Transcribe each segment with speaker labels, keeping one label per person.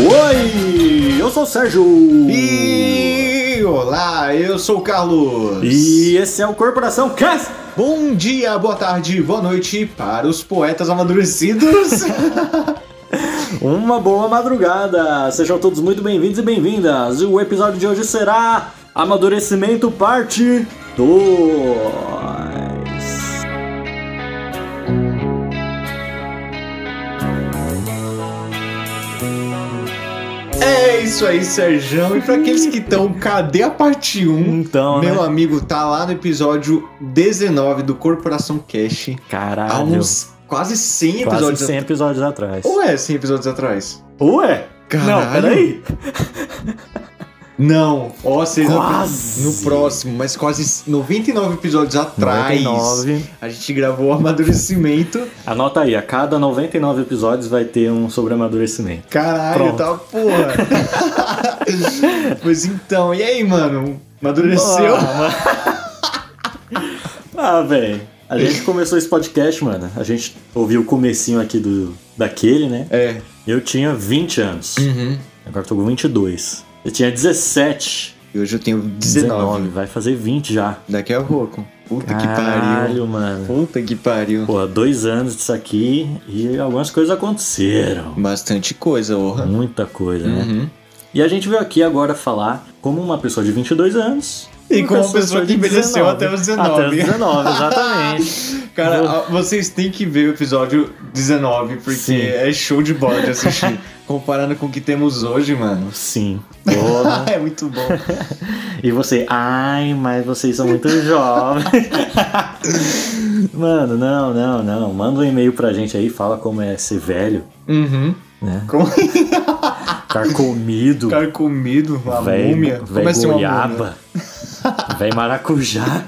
Speaker 1: Oi, eu sou o Sérgio.
Speaker 2: E olá, eu sou o Carlos.
Speaker 1: E esse é o Corporação Cast.
Speaker 2: Bom dia, boa tarde, boa noite para os poetas amadurecidos.
Speaker 1: Uma boa madrugada. Sejam todos muito bem-vindos e bem-vindas. E o episódio de hoje será Amadurecimento Parte 2.
Speaker 2: é isso aí, Sérgio. E para aqueles que estão, cadê a parte 1?
Speaker 1: Então,
Speaker 2: Meu
Speaker 1: né?
Speaker 2: amigo, tá lá no episódio 19 do Corporação Cash. Há
Speaker 1: Caralho.
Speaker 2: uns quase 100
Speaker 1: Ah, Quase
Speaker 2: episódios
Speaker 1: 100
Speaker 2: atrás.
Speaker 1: episódios atrás.
Speaker 2: Ou é 100 episódios atrás?
Speaker 1: Ué? Não,
Speaker 2: Caralho.
Speaker 1: peraí.
Speaker 2: Não, ó, vocês não-
Speaker 1: Quase.
Speaker 2: no próximo, mas quase 99 episódios atrás.
Speaker 1: 99.
Speaker 2: A gente gravou o amadurecimento.
Speaker 1: Anota aí, a cada 99 episódios vai ter um sobre amadurecimento.
Speaker 2: Caralho,
Speaker 1: Pronto.
Speaker 2: tá porra. pois então, e aí, mano? Amadureceu?
Speaker 1: Ah, velho. A gente começou esse podcast, mano. A gente ouviu o comecinho aqui do daquele, né?
Speaker 2: É.
Speaker 1: Eu tinha 20 anos.
Speaker 2: Uhum.
Speaker 1: Agora eu tô com 22. Eu tinha 17.
Speaker 2: E hoje eu tenho 19.
Speaker 1: Vai fazer 20 já.
Speaker 2: Daqui a pouco. Puta que pariu.
Speaker 1: Caralho, mano.
Speaker 2: Puta que pariu.
Speaker 1: Pô, dois anos disso aqui e algumas coisas aconteceram.
Speaker 2: Bastante coisa, orra.
Speaker 1: Muita coisa, né?
Speaker 2: Uhum.
Speaker 1: E a gente veio aqui agora falar como uma pessoa de 22 anos...
Speaker 2: E como uma pessoa que
Speaker 1: de
Speaker 2: envelheceu
Speaker 1: 19.
Speaker 2: até os
Speaker 1: Até os
Speaker 2: 19.
Speaker 1: 19, exatamente.
Speaker 2: Cara,
Speaker 1: Vou-
Speaker 2: a- vocês têm que ver o episódio 19, porque
Speaker 1: Sim.
Speaker 2: é show de bola de assistir. Comparando com o que temos hoje, mano.
Speaker 1: Sim. Porra.
Speaker 2: é muito bom.
Speaker 1: E você, ai, mas vocês são muito jovens. Mano, não, não, não. Manda um e-mail pra gente aí, fala como é ser velho, Tá
Speaker 2: Uhum.
Speaker 1: né?
Speaker 2: Como
Speaker 1: Carcomido,
Speaker 2: ficar comido, uma Tá múmia.
Speaker 1: velho,
Speaker 2: Como é
Speaker 1: velho
Speaker 2: ser uma múmia?
Speaker 1: goiaba, velho maracujá.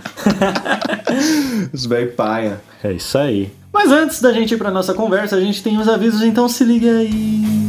Speaker 2: Os velho paia.
Speaker 1: É isso aí. Mas antes da gente ir pra nossa conversa, a gente tem uns avisos, então se liga aí.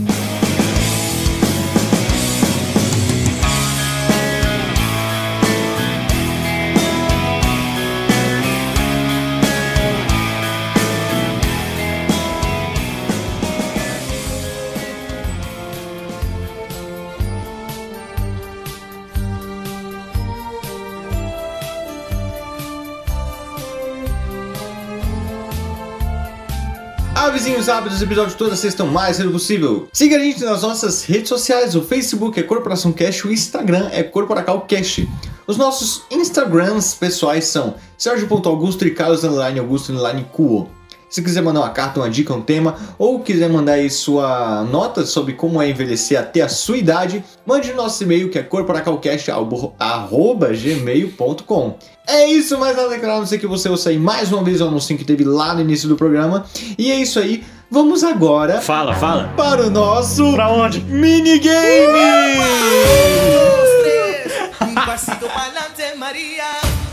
Speaker 2: Avisinhos rápidos, episódio toda sexta o mais cedo possível. Siga a gente nas nossas redes sociais, o Facebook é Corporação Cash, o Instagram é Corporacal Cash. Os nossos Instagrams pessoais são Sérgio.Augusto e Carlos Underline Augusto Underline Cuo. Se quiser mandar uma carta, uma dica, um tema, ou quiser mandar aí sua nota sobre como é envelhecer até a sua idade, mande nosso e-mail que é corporacalcast.gmail.com. É isso, mais nada claro, a não ser que você ouça aí mais uma vez o anúncio que teve lá no início do programa. E é isso aí, vamos agora
Speaker 1: Fala, fala.
Speaker 2: para o nosso
Speaker 1: Pra onde?
Speaker 2: minigame!
Speaker 3: tres, un pasito para adelante, María.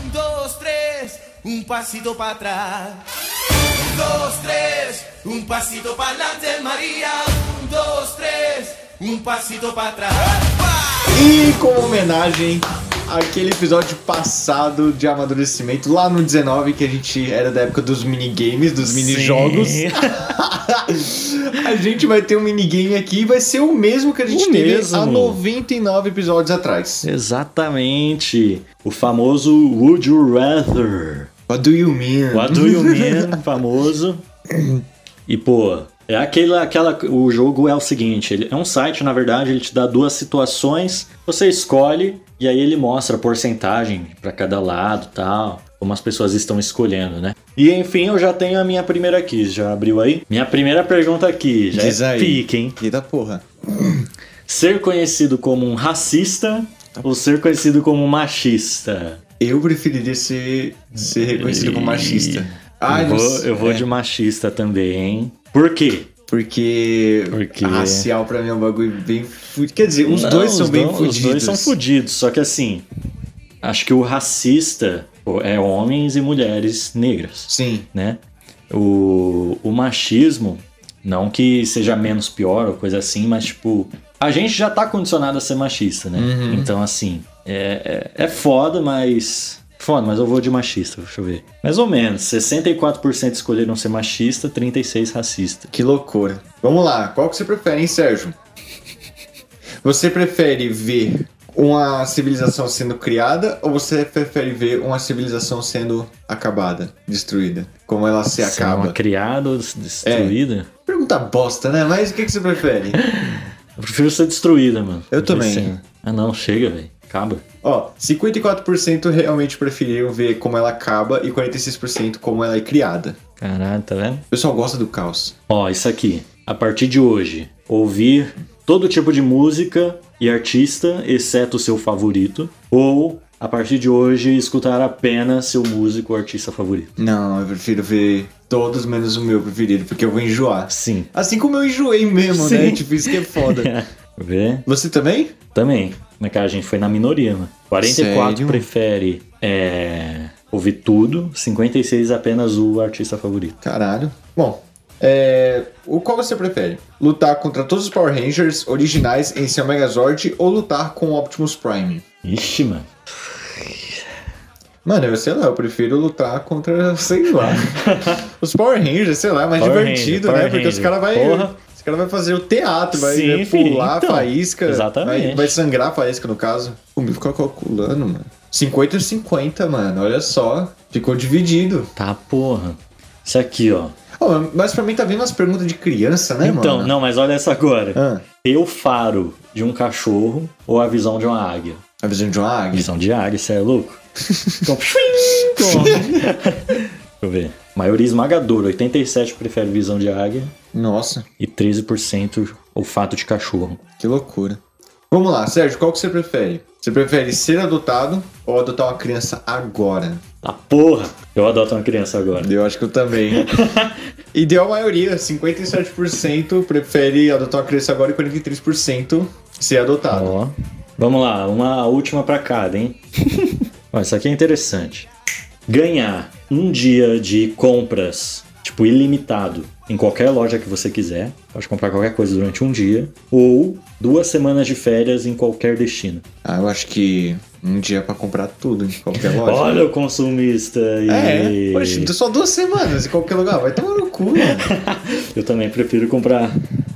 Speaker 3: Un, dos, tres, un pasito para atrás. Un, dos, tres, un pasito para adelante, María. Un, dos, tres, un pasito para atrás.
Speaker 2: E como homenagem àquele episódio passado de amadurecimento, lá no 19, que a gente era da época dos minigames, dos minijogos.
Speaker 1: Sim.
Speaker 2: a gente vai ter um minigame aqui e vai ser o mesmo que a gente
Speaker 1: O
Speaker 2: teve há
Speaker 1: mesmo.
Speaker 2: 99 episódios atrás.
Speaker 1: Exatamente. O famoso Would You Rather.
Speaker 2: What do you mean?
Speaker 1: O do You Mean, famoso. E, pô, é aquela, aquela. O jogo é o seguinte: ele é um site, na verdade, ele te dá duas situações, você escolhe e aí ele mostra a porcentagem pra cada lado e tal. Como as pessoas estão escolhendo, né? E enfim, eu já tenho a minha primeira aqui. Já abriu aí? Minha primeira pergunta aqui. Já
Speaker 2: Diz
Speaker 1: é
Speaker 2: aí.
Speaker 1: pique, hein?
Speaker 2: Que da porra.
Speaker 1: Ser conhecido como um racista ou ser conhecido como um machista?
Speaker 2: Eu preferiria ser, ser reconhecido como machista. Ah,
Speaker 1: eu
Speaker 2: não
Speaker 1: vou,
Speaker 2: sei.
Speaker 1: eu vou
Speaker 2: É,
Speaker 1: de machista também, hein? Por quê?
Speaker 2: Porque,
Speaker 1: Porque-
Speaker 2: racial pra mim é um bagulho bem fudido. Quer dizer, os dois
Speaker 1: Não,
Speaker 2: são
Speaker 1: os
Speaker 2: bem
Speaker 1: do-
Speaker 2: fudidos.
Speaker 1: Os dois são fudidos, só que assim, acho que o racista pô, é homens e mulheres negras,
Speaker 2: Sim.
Speaker 1: né? O, o machismo, não que seja menos pior ou coisa assim, mas tipo, a gente já tá condicionado a ser machista, né?
Speaker 2: Uhum.
Speaker 1: Então assim, é, é, é foda, mas. Foda, mas eu vou de machista, deixa eu ver. Mais ou menos, 64% escolheram ser machista, 36% racista.
Speaker 2: Que loucura. Vamos lá, qual que você prefere, hein, Sérgio? Você prefere ver uma civilização sendo criada ou você prefere ver uma civilização sendo acabada, destruída? Como ela se
Speaker 1: Sendo
Speaker 2: acaba?
Speaker 1: é uma criada ou destruída?
Speaker 2: Pergunta bosta, né? Mas o que, que você prefere?
Speaker 1: Eu prefiro ser destruída, mano.
Speaker 2: É. Eu
Speaker 1: Do que
Speaker 2: também.
Speaker 1: ser- Ah, não, chega, velho. Acaba.
Speaker 2: Ó, 54% realmente preferiram ver como ela acaba e 46% como ela é criada.
Speaker 1: Caralho, tá vendo?
Speaker 2: O pessoal gosta do caos.
Speaker 1: Ó, isso aqui. A partir de hoje, ouvir todo tipo de música e artista, exceto o seu favorito. Ou, a partir de hoje, escutar apenas seu músico ou artista favorito.
Speaker 2: Não, eu prefiro ver todos menos o meu preferido, porque eu vou enjoar.
Speaker 1: Sim.
Speaker 2: Assim como eu enjoei mesmo, né?
Speaker 1: Sim.
Speaker 2: Tipo, isso que é foda.
Speaker 1: Vê?
Speaker 2: Você também?
Speaker 1: Também. Mas cara, a gente foi na minoria, mano. 44
Speaker 2: Sério?
Speaker 1: prefere é, ouvir tudo, 56 apenas o artista favorito.
Speaker 2: Caralho. Bom, é... o qual você prefere? Lutar contra todos os Power Rangers originais em seu Megazord ou lutar com o Optimus Prime?
Speaker 1: Ixi, mano.
Speaker 2: Mano, eu sei lá, eu prefiro lutar contra, sei lá. os Power Rangers, sei lá, é mais
Speaker 1: Power
Speaker 2: divertido,
Speaker 1: Ranger,
Speaker 2: né?
Speaker 1: Power
Speaker 2: Porque os
Speaker 1: Ranger.
Speaker 2: caras vai,
Speaker 1: Porra.
Speaker 2: os cara vai fazer o teatro, vai
Speaker 1: Sim,
Speaker 2: né,
Speaker 1: filho,
Speaker 2: pular
Speaker 1: então.
Speaker 2: a faísca.
Speaker 1: Exatamente.
Speaker 2: Vai, vai sangrar a faísca, no caso. O meu ficou calculando, mano. 50 e 50, mano, olha só. Ficou dividido.
Speaker 1: Tá porra. Isso aqui, ó.
Speaker 2: Ó, mas pra mim tá vindo umas perguntas de criança, né, mano?
Speaker 1: então, não, mas olha essa agora.
Speaker 2: Ah,
Speaker 1: Ter o faro de um cachorro ou a visão de uma águia?
Speaker 2: a visão de uma águia.
Speaker 1: Visão de águia, você é louco? Então, toma. Deixa eu ver. Maioria esmagadora, 87% prefere visão de águia
Speaker 2: Nossa,
Speaker 1: e 13% olfato de cachorro.
Speaker 2: que loucura. Vamos lá, Sérgio, qual que você prefere? Você prefere ser adotado ou adotar uma criança agora?
Speaker 1: Tá porra! Eu adoto uma criança agora.
Speaker 2: Eu acho que eu também. e deu a maioria, 57% prefere adotar uma criança agora e 43% ser adotado.
Speaker 1: Ó. Vamos lá, uma última pra cada, hein? Ó, isso aqui é interessante. Ganhar um dia de compras, tipo, ilimitado, em qualquer loja que você quiser. Pode comprar qualquer coisa durante um dia. Ou duas semanas de férias em qualquer destino.
Speaker 2: Ah, eu acho que um dia é pra comprar tudo em qualquer loja.
Speaker 1: Olha o consumista
Speaker 2: É,
Speaker 1: e...
Speaker 2: poxa, só duas semanas em qualquer lugar, vai tomar no cu, mano.
Speaker 1: Eu também prefiro comprar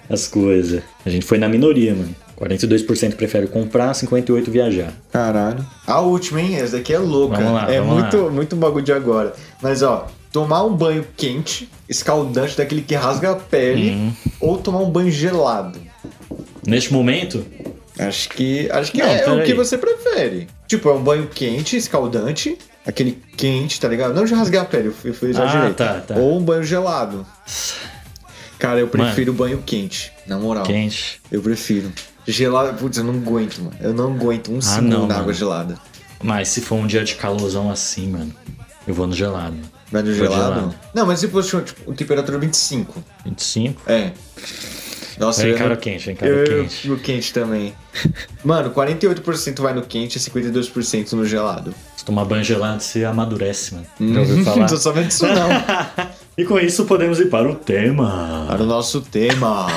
Speaker 1: as coisas. A gente foi na minoria, mano. 42% prefere comprar, 58% viajar.
Speaker 2: Caralho. A última, hein? Essa daqui é louca.
Speaker 1: Vamos lá,
Speaker 2: é
Speaker 1: vamos
Speaker 2: muito,
Speaker 1: lá.
Speaker 2: muito bagulho de agora. Mas ó, tomar um banho quente, escaldante daquele que rasga a pele, ou tomar um banho gelado.
Speaker 1: Neste momento,
Speaker 2: Acho que. Acho que
Speaker 1: Não,
Speaker 2: é o
Speaker 1: peraí.
Speaker 2: que você prefere. Tipo, é um banho quente, escaldante. Aquele quente, tá ligado? Não de rasgar a pele, eu fui eu fui exagerei.
Speaker 1: tá, tá.
Speaker 2: Ou um banho gelado. Cara, eu prefiro banho quente, na moral.
Speaker 1: quente.
Speaker 2: Eu prefiro. Gelado, putz, eu não aguento, mano. Eu não aguento um
Speaker 1: Ah, não,
Speaker 2: segundo na
Speaker 1: mano.
Speaker 2: água gelada.
Speaker 1: Mas se for um dia de calorzão assim, mano, eu vou no gelado. mano.
Speaker 2: Banho
Speaker 1: Vou
Speaker 2: gelado?
Speaker 1: gelado.
Speaker 2: Não, mas se fosse tipo, um temperatura 25.
Speaker 1: 25.
Speaker 2: É. Nossa,
Speaker 1: Vem
Speaker 2: eu
Speaker 1: cara
Speaker 2: não-
Speaker 1: quente, vem cara
Speaker 2: Eu, eu
Speaker 1: quente.
Speaker 2: fico quente também. Mano, 48% vai no quente e 52% no gelado.
Speaker 1: Se tomar banho gelado, você amadurece, mano.
Speaker 2: Hum.
Speaker 1: Já ouviu falar?
Speaker 2: Não tô sabendo disso, não.
Speaker 1: e com isso podemos ir para o tema.
Speaker 2: Para o nosso tema.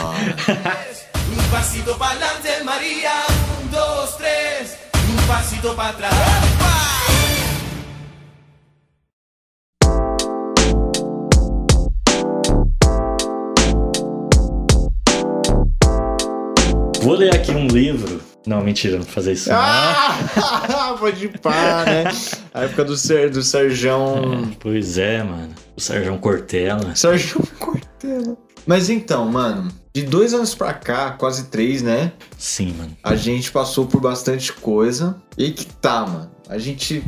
Speaker 3: Un pasito para adelante, María. Un, dos, tres. Un pasito para atrás.
Speaker 1: Vou ler aqui um livro. Não, mentira, não vou fazer isso. não.
Speaker 2: Ah! Pode pá, né? A época do, ser, do Serjão.
Speaker 1: Pois é, mano. O Sérgio Cortella.
Speaker 2: Serjão Cortella. Mas então, mano, de dois anos pra cá, quase três, né?
Speaker 1: Sim, mano.
Speaker 2: A gente passou por bastante coisa. E aí que tá, mano. A gente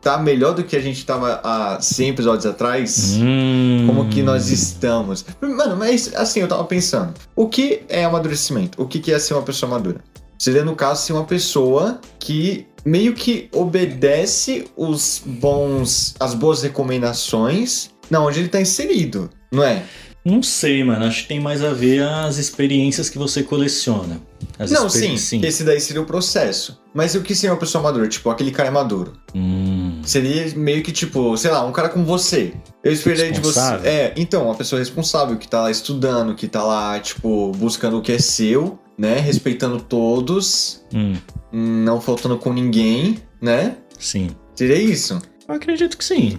Speaker 2: tá melhor do que a gente tava há 100 episódios atrás.
Speaker 1: Hum.
Speaker 2: Como que nós estamos? Mano, mas assim, eu tava pensando. O que é amadurecimento? O que que é ser uma pessoa madura? Seria, no caso, ser uma pessoa que meio que obedece os bons. as boas recomendações. Não, onde ele tá inserido, não é?
Speaker 1: Não sei, mano. Acho que tem mais a ver as experiências que você coleciona. As
Speaker 2: não,
Speaker 1: experi-
Speaker 2: sim, Esse daí seria o processo. Mas o que seria uma pessoa madura? Tipo, aquele cara é maduro.
Speaker 1: Hum.
Speaker 2: Seria meio que tipo, sei lá, um cara como você. Eu esperei de você.
Speaker 1: Responsável.
Speaker 2: É, então, uma pessoa responsável que tá lá estudando, que tá lá, tipo, buscando o que é seu, né? Respeitando todos,
Speaker 1: Hum.
Speaker 2: não faltando com ninguém, né?
Speaker 1: Sim.
Speaker 2: Seria isso.
Speaker 1: Eu acredito que sim.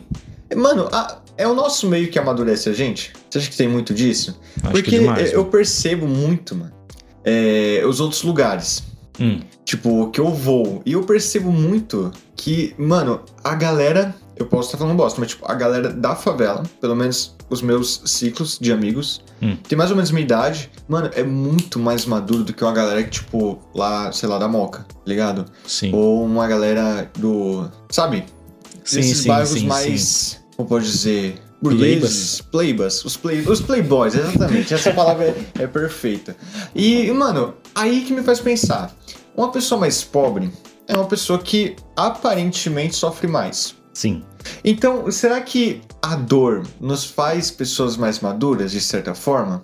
Speaker 2: Mano, a- é o nosso meio que amadurece a gente? Você acha que tem muito disso?
Speaker 1: Acho
Speaker 2: Porque
Speaker 1: que é demais. né?
Speaker 2: eu
Speaker 1: mano.
Speaker 2: percebo muito, mano, é, os outros lugares.
Speaker 1: Hum.
Speaker 2: Tipo, que eu vou. E eu percebo muito que, mano, a galera. Eu posso estar falando bosta, mas tipo, a galera da favela, pelo menos os meus ciclos de amigos,
Speaker 1: Hum.
Speaker 2: tem mais ou menos minha idade, mano, é muito mais maduro do que uma galera que, tipo, lá, sei lá, da Moca, tá ligado?
Speaker 1: Sim.
Speaker 2: Ou uma galera do. Sabe?
Speaker 1: sim,
Speaker 2: desses
Speaker 1: sim,
Speaker 2: bairros
Speaker 1: sim,
Speaker 2: mais.
Speaker 1: sim.
Speaker 2: Como pode dizer? Burgueses, playbas, os, play, os playboys, exatamente. Essa palavra é, é perfeita. E, mano, aí que me faz pensar. Uma pessoa mais pobre é uma pessoa que aparentemente sofre mais.
Speaker 1: Sim.
Speaker 2: Então, será que a dor nos faz pessoas mais maduras, de certa forma?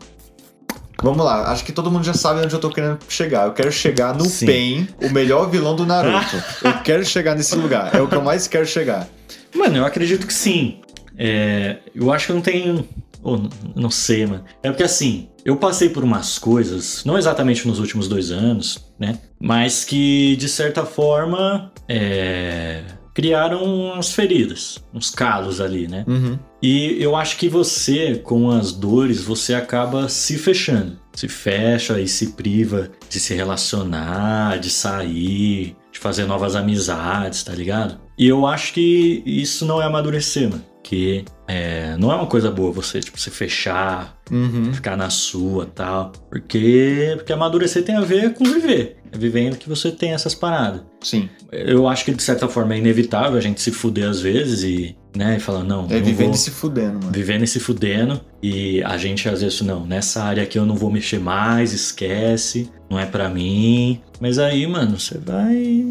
Speaker 2: Vamos lá, acho que todo mundo já sabe onde eu tô querendo chegar. Eu quero chegar no
Speaker 1: Sim.
Speaker 2: Pain, o melhor vilão do Naruto. Eu quero chegar nesse lugar, é o que eu mais quero chegar.
Speaker 1: Mano, eu acredito que sim. É, eu acho que não tem. ou n- não sei, mano. É porque assim, eu passei por umas coisas, não exatamente nos últimos dois anos, né? Mas que, de certa forma, é, criaram umas feridas, uns calos ali, né?
Speaker 2: Uhum.
Speaker 1: E eu acho que você, com as dores, você acaba se fechando. Se fecha e se priva de se relacionar, de sair, de fazer novas amizades, tá ligado? E eu acho que isso não é amadurecer, mano. Que é, não é uma coisa boa você, tipo, se fechar,
Speaker 2: Uhum.
Speaker 1: ficar na sua tal. Porque, porque amadurecer tem a ver com viver. É vivendo que você tem essas paradas
Speaker 2: Sim.
Speaker 1: eu acho que de certa forma é inevitável a gente se fuder às vezes e, né, e falar, não,
Speaker 2: É
Speaker 1: não
Speaker 2: vivendo
Speaker 1: vou
Speaker 2: e se fudendo, mano.
Speaker 1: vivendo e se fudendo e a gente às vezes não, nessa área aqui eu não vou mexer mais, esquece, não é pra mim. Mas aí, mano, você vai,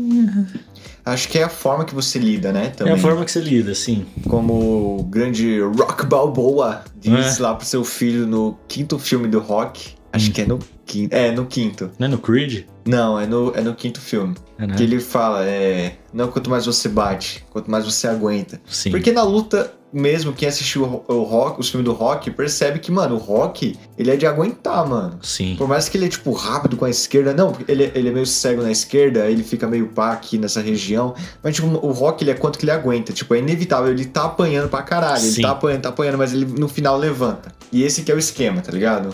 Speaker 2: Acho que é a forma que você lida, né?
Speaker 1: é
Speaker 2: Também.
Speaker 1: a forma que você lida, assim.
Speaker 2: Como o grande Rock Balboa diz
Speaker 1: É.
Speaker 2: lá pro seu filho no quinto filme do Rock. Acho
Speaker 1: Hum.
Speaker 2: que é no quinto. É, no quinto.
Speaker 1: Não é no Creed?
Speaker 2: Não, é no, é no quinto filme.
Speaker 1: É, né?
Speaker 2: Que ele fala, é. Não quanto mais você bate, quanto mais você aguenta.
Speaker 1: Sim.
Speaker 2: Porque na luta mesmo, quem assistiu o, o rock, os filmes do rock, percebe que, mano, o rock, ele é de aguentar, mano.
Speaker 1: Sim.
Speaker 2: Por mais que ele é, tipo, rápido com a esquerda, não, porque ele, ele é meio cego na esquerda, ele fica meio pá aqui nessa região. Mas, tipo, o Rock, ele é quanto que ele aguenta. Tipo, é inevitável, ele tá apanhando pra caralho.
Speaker 1: Sim.
Speaker 2: Ele tá apanhando, tá apanhando, mas ele no final levanta. E esse que é o esquema, tá ligado?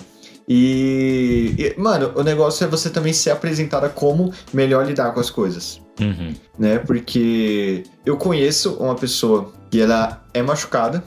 Speaker 2: E, e, mano, o negócio é você também ser apresentada como melhor lidar com as coisas,
Speaker 1: Uhum.
Speaker 2: né? Porque eu conheço uma pessoa que ela é machucada.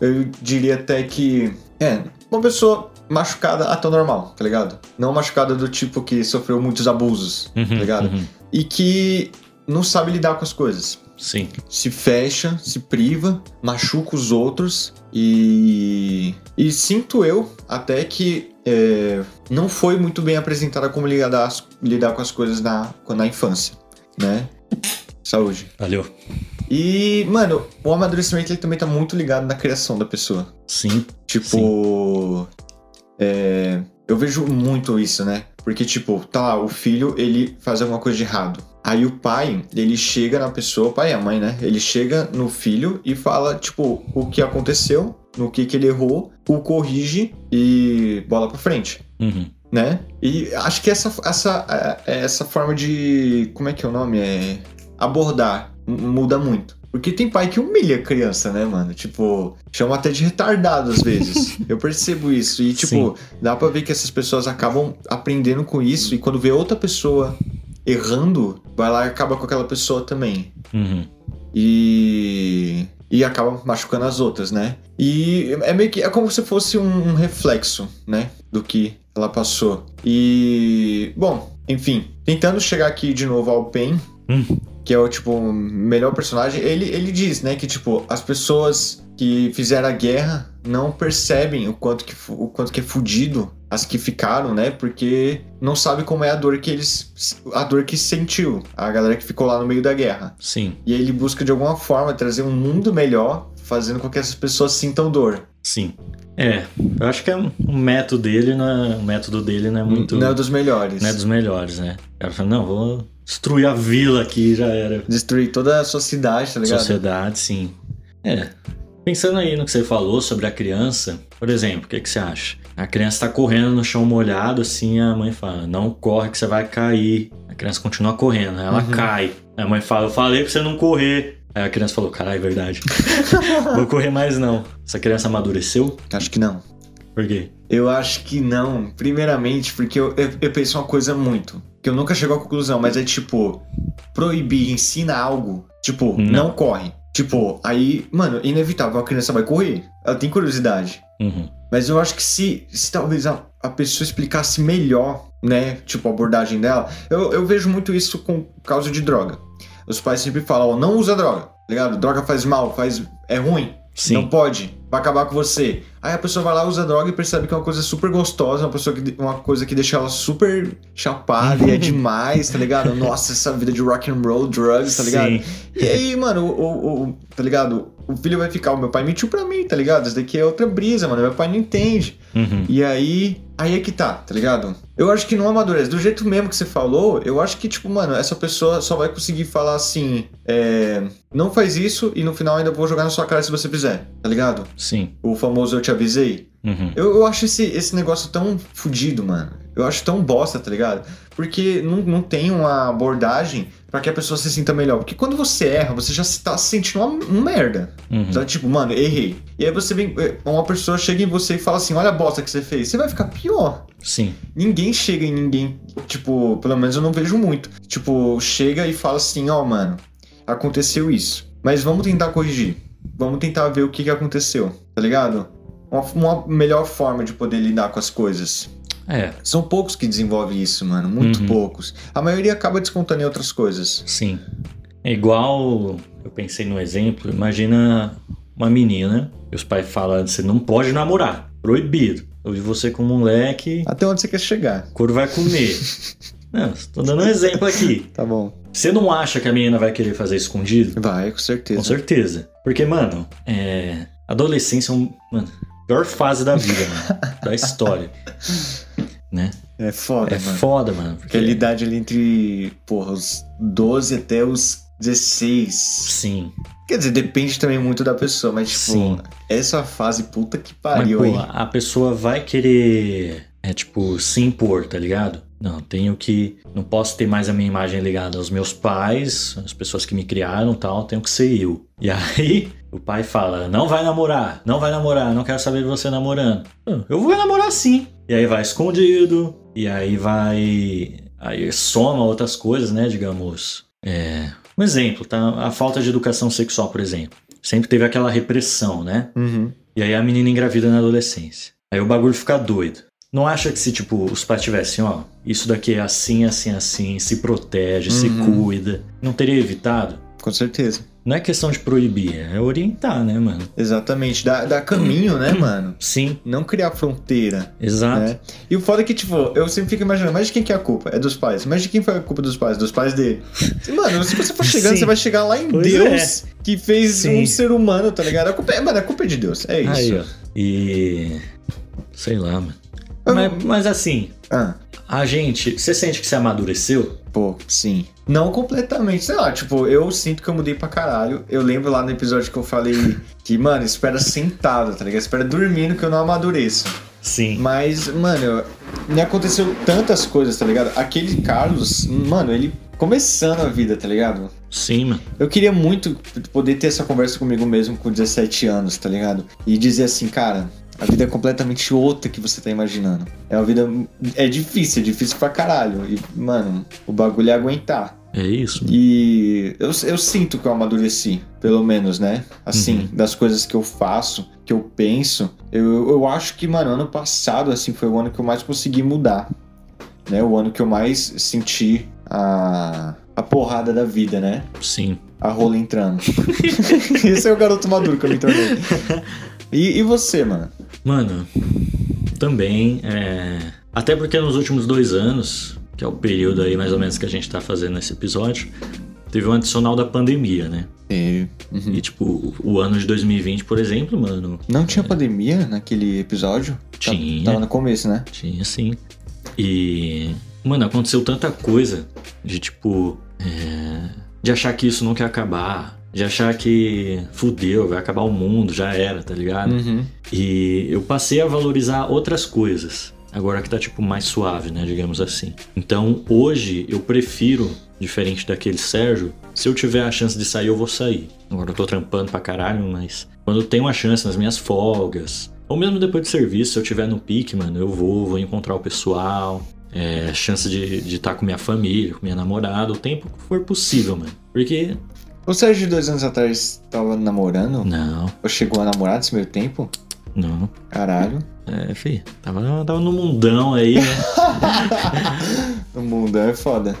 Speaker 2: Eu diria até que. É, uma pessoa machucada até o normal, tá ligado? Não machucada do tipo que sofreu muitos abusos
Speaker 1: Uhum.
Speaker 2: Obrigado.
Speaker 1: uhum.
Speaker 2: e que não sabe lidar com as coisas.
Speaker 1: Sim.
Speaker 2: Se fecha, se priva, machuca os outros e. E sinto eu até que é, não foi muito bem apresentada como lidar, as- lidar com as coisas na, na infância, né? Saúde.
Speaker 1: Valeu.
Speaker 2: E, mano, o amadurecimento ele também tá muito ligado na criação da pessoa.
Speaker 1: Sim.
Speaker 2: Tipo. é, eu vejo muito isso, né? Porque, tipo, tá lá, o filho, ele faz alguma coisa de errado. Aí o pai, ele chega na pessoa, o pai e a mãe, né? Ele chega no filho e fala, tipo, o que aconteceu, no que, que ele errou, o corrige e bola pra frente,
Speaker 1: Uhum.
Speaker 2: né? E acho que essa, essa, é- essa forma de. Como é que é o nome? É. Abordar m- muda muito. Porque tem pai que humilha a criança, né, mano? Tipo, chama até de retardado às vezes. Eu percebo isso. E, tipo, dá pra ver que essas pessoas acabam aprendendo com isso. E quando vê outra pessoa errando, vai lá e acaba com aquela pessoa também.
Speaker 1: Uhum.
Speaker 2: E. E acaba machucando as outras, né? E é meio que. É como se fosse um, um reflexo, né? Do que ela passou. E. Bom, enfim. Tentando chegar aqui de novo ao Pen.
Speaker 1: Hum.
Speaker 2: Que é o, tipo, o melhor personagem. Ele, ele diz, né? Que, tipo, as pessoas que fizeram a guerra não percebem o quanto que, fu- o quanto que é fudido as que ficaram, né? Porque não sabe como é a dor que eles. A dor que sentiu a galera que ficou lá no meio da guerra.
Speaker 1: Sim.
Speaker 2: E aí ele busca de alguma forma trazer um mundo melhor, fazendo com que essas pessoas sintam dor.
Speaker 1: Sim. É, eu acho que é um um método dele, não é, o método dele não é muito.
Speaker 2: Não é dos melhores.
Speaker 1: não é dos melhores, né? O cara fala, não, vou destruir a vila aqui, já era.
Speaker 2: Destruir toda a sua cidade, tá ligado?
Speaker 1: Sociedade, sim. É. Pensando aí no que você falou sobre a criança, por exemplo, o que, que você acha? A criança tá correndo no chão molhado, assim, a mãe fala, não corre que você vai cair. A criança continua correndo, aí ela
Speaker 2: Uhum.
Speaker 1: cai. Aí a mãe fala, eu falei pra você não correr. Aí a criança falou, caralho, é verdade. Vou correr mais não. Essa criança amadureceu?
Speaker 2: Acho que não.
Speaker 1: Por quê?
Speaker 2: Eu acho que não. Primeiramente, porque eu, eu, eu pensei uma coisa muito. Que eu nunca chego à conclusão, mas é tipo, proibir ensina algo. Tipo, não,
Speaker 1: Não.
Speaker 2: corre. Tipo, aí, mano, inevitável, a criança vai correr. Ela tem curiosidade.
Speaker 1: Uhum.
Speaker 2: Mas eu acho que se, se talvez a, a pessoa explicasse melhor, né? Tipo, a abordagem dela. Eu, eu vejo muito isso com causa de droga. Os pais sempre falam, ó, não usa droga, tá ligado? Droga faz mal, faz. é ruim.
Speaker 1: Sim.
Speaker 2: Não pode, vai acabar com você. Aí a pessoa vai lá, usa droga e percebe que é uma coisa super gostosa, uma, pessoa que, uma coisa que deixa ela super chapada e é demais, tá ligado? Nossa, essa vida de rock and roll, drugs, tá ligado?
Speaker 1: Sim.
Speaker 2: E aí, mano, o, o- o- tá ligado? O filho vai ficar, o meu pai mentiu pra mim, tá ligado? Isso daqui é outra brisa, mano, meu pai não entende.
Speaker 1: Uhum.
Speaker 2: E aí, aí é que tá, tá ligado? Eu acho que não amadurece. Do jeito mesmo que você falou, eu acho que, tipo, mano, essa pessoa só vai conseguir falar assim, é... Não faz isso e no final ainda vou jogar na sua cara se você fizer, tá ligado?
Speaker 1: Sim.
Speaker 2: O famoso eu te avisei.
Speaker 1: Uhum.
Speaker 2: Eu, eu acho esse, esse negócio tão fudido, mano. Eu acho tão bosta, tá ligado? Porque não, não tem uma abordagem pra que a pessoa se sinta melhor. Porque quando você erra, você já se tá se sentindo uma, um merda.
Speaker 1: Uhum.
Speaker 2: Sabe? Tipo, mano, errei. E aí você vem. é, Uma pessoa chega em você e fala assim: olha a bosta que você fez. Você vai ficar pior.
Speaker 1: Sim.
Speaker 2: Ninguém chega em ninguém. Tipo, pelo menos eu não vejo muito. Tipo, chega e fala assim: ó, mano, aconteceu isso. Mas vamos tentar corrigir. Vamos tentar ver o que, que aconteceu, tá ligado? Uma, uma melhor forma de poder lidar com as coisas.
Speaker 1: É,
Speaker 2: São poucos que desenvolvem isso, mano. Muito
Speaker 1: Uhum.
Speaker 2: poucos. A maioria acaba descontando em outras coisas.
Speaker 1: sim. É igual, eu pensei no exemplo, imagina uma menina e os pais falando, você não pode namorar, proibido. Eu vi você com um moleque,
Speaker 2: Até onde você quer chegar?
Speaker 1: o couro vai comer. Não, tô dando um exemplo aqui.
Speaker 2: Tá bom.
Speaker 1: Você não acha que a menina vai querer fazer escondido?
Speaker 2: Vai, com certeza.
Speaker 1: Com certeza. Porque, mano, é... adolescência é um... mano, a pior fase da vida, mano, da história. Né?
Speaker 2: É foda,
Speaker 1: É
Speaker 2: mano.
Speaker 1: foda, mano.
Speaker 2: Porque a idade ali entre, porra, os 12 até os 16.
Speaker 1: Sim.
Speaker 2: Quer dizer, depende também muito da pessoa, mas tipo,
Speaker 1: Sim.
Speaker 2: essa fase puta que
Speaker 1: Mas,
Speaker 2: pariu,
Speaker 1: pô,
Speaker 2: hein?
Speaker 1: a pessoa vai querer, é tipo, se impor, tá ligado? Não, tenho que. Não posso ter mais a minha imagem ligada aos meus pais, às pessoas que me criaram e tal, tenho que ser eu. E aí, o pai fala: não vai namorar, não vai namorar, não quero saber de você namorando. Hum, Eu vou namorar sim. E aí vai escondido, e aí vai. Aí soma outras coisas, né, digamos. É. Um exemplo, tá? A falta de educação sexual, por exemplo. Sempre teve aquela repressão, né?
Speaker 2: Uhum.
Speaker 1: E aí a menina engravida na adolescência. Aí o bagulho fica doido. Não acha que se, tipo, os pais tivessem, ó, isso daqui é assim, assim, assim, se protege, se
Speaker 2: Uhum.
Speaker 1: cuida, não teria evitado?
Speaker 2: Com certeza.
Speaker 1: Não é questão de proibir, é orientar, né, mano?
Speaker 2: Exatamente. Dá, dá caminho, né,
Speaker 1: Uhum.
Speaker 2: mano?
Speaker 1: Sim,
Speaker 2: Não criar fronteira,
Speaker 1: exato.
Speaker 2: né? E o foda é que, tipo, eu sempre fico imaginando, mas de quem que é a culpa? É dos pais. Mas de quem foi a culpa dos pais? Dos pais dele. Mano, se você for chegando,
Speaker 1: Sim.
Speaker 2: você vai chegar lá em
Speaker 1: Pois é.
Speaker 2: Deus, que fez
Speaker 1: Sim.
Speaker 2: um ser humano, tá ligado? A culpa é, mano, a culpa é de Deus. É isso.
Speaker 1: Aí, ó. E. Sei lá, mano.
Speaker 2: Eu-
Speaker 1: Mas, mas assim,
Speaker 2: Ah.
Speaker 1: a gente. Você sente que você amadureceu?
Speaker 2: Pô, sim. Não completamente, sei lá, tipo, eu sinto que eu mudei pra caralho. Eu lembro lá no episódio que eu falei que, mano, espera sentado, tá ligado? Espera dormindo que eu não amadureço.
Speaker 1: Sim.
Speaker 2: Mas, mano, me aconteceu tantas coisas, tá ligado? Aquele Carlos, mano, ele começando a vida, tá ligado?
Speaker 1: Sim, mano.
Speaker 2: Eu queria muito poder ter essa conversa comigo mesmo com 17 anos, tá ligado? E dizer assim, cara, a vida é completamente outra que você tá imaginando. É uma vida. É difícil, é difícil pra caralho. E, mano, o bagulho é aguentar.
Speaker 1: É isso. mano.
Speaker 2: E eu, eu sinto que eu amadureci, pelo menos, né? Assim,
Speaker 1: Uhum.
Speaker 2: das coisas que eu faço, que eu penso. Eu, eu acho que, mano, ano passado, assim, foi o ano que eu mais consegui mudar. Né? O ano que eu mais senti a, a porrada da vida, né?
Speaker 1: Sim.
Speaker 2: A rola entrando. Esse é o garoto maduro que eu me tornei. E, e você, mano?
Speaker 1: Mano, também. é, Até porque nos últimos dois anos, que é o período aí mais ou menos que a gente tá fazendo esse episódio, teve um adicional da pandemia, né?
Speaker 2: Uhum.
Speaker 1: E tipo, o- o ano de 2020, por exemplo, mano,
Speaker 2: Não tinha pandemia naquele episódio? Tá-
Speaker 1: Tinha.
Speaker 2: Tava no começo, né?
Speaker 1: tinha sim. E. Mano, aconteceu tanta coisa de tipo. é, De achar que isso não quer acabar. De achar que fudeu, vai acabar o mundo, já era, tá ligado?
Speaker 2: Uhum.
Speaker 1: E eu passei a valorizar outras coisas. Agora que tá tipo mais suave, né, digamos assim. Então, hoje eu prefiro, diferente daquele Sérgio, se eu tiver a chance de sair, eu vou sair. Agora eu tô trampando pra caralho, mas quando eu tenho a chance nas minhas folgas, Ou mesmo depois do serviço, se eu tiver no pique, mano, eu vou, vou encontrar o pessoal. É, chance de estar de tá com minha família, com minha namorada, o tempo que for possível, mano. Porque.
Speaker 2: O Sérgio é de dois anos atrás tava namorando?
Speaker 1: Não,
Speaker 2: Ou chegou a namorar nesse meio tempo?
Speaker 1: não.
Speaker 2: Caralho.
Speaker 1: É, fi, tava, tava no mundão aí, né?
Speaker 2: O mundo é foda.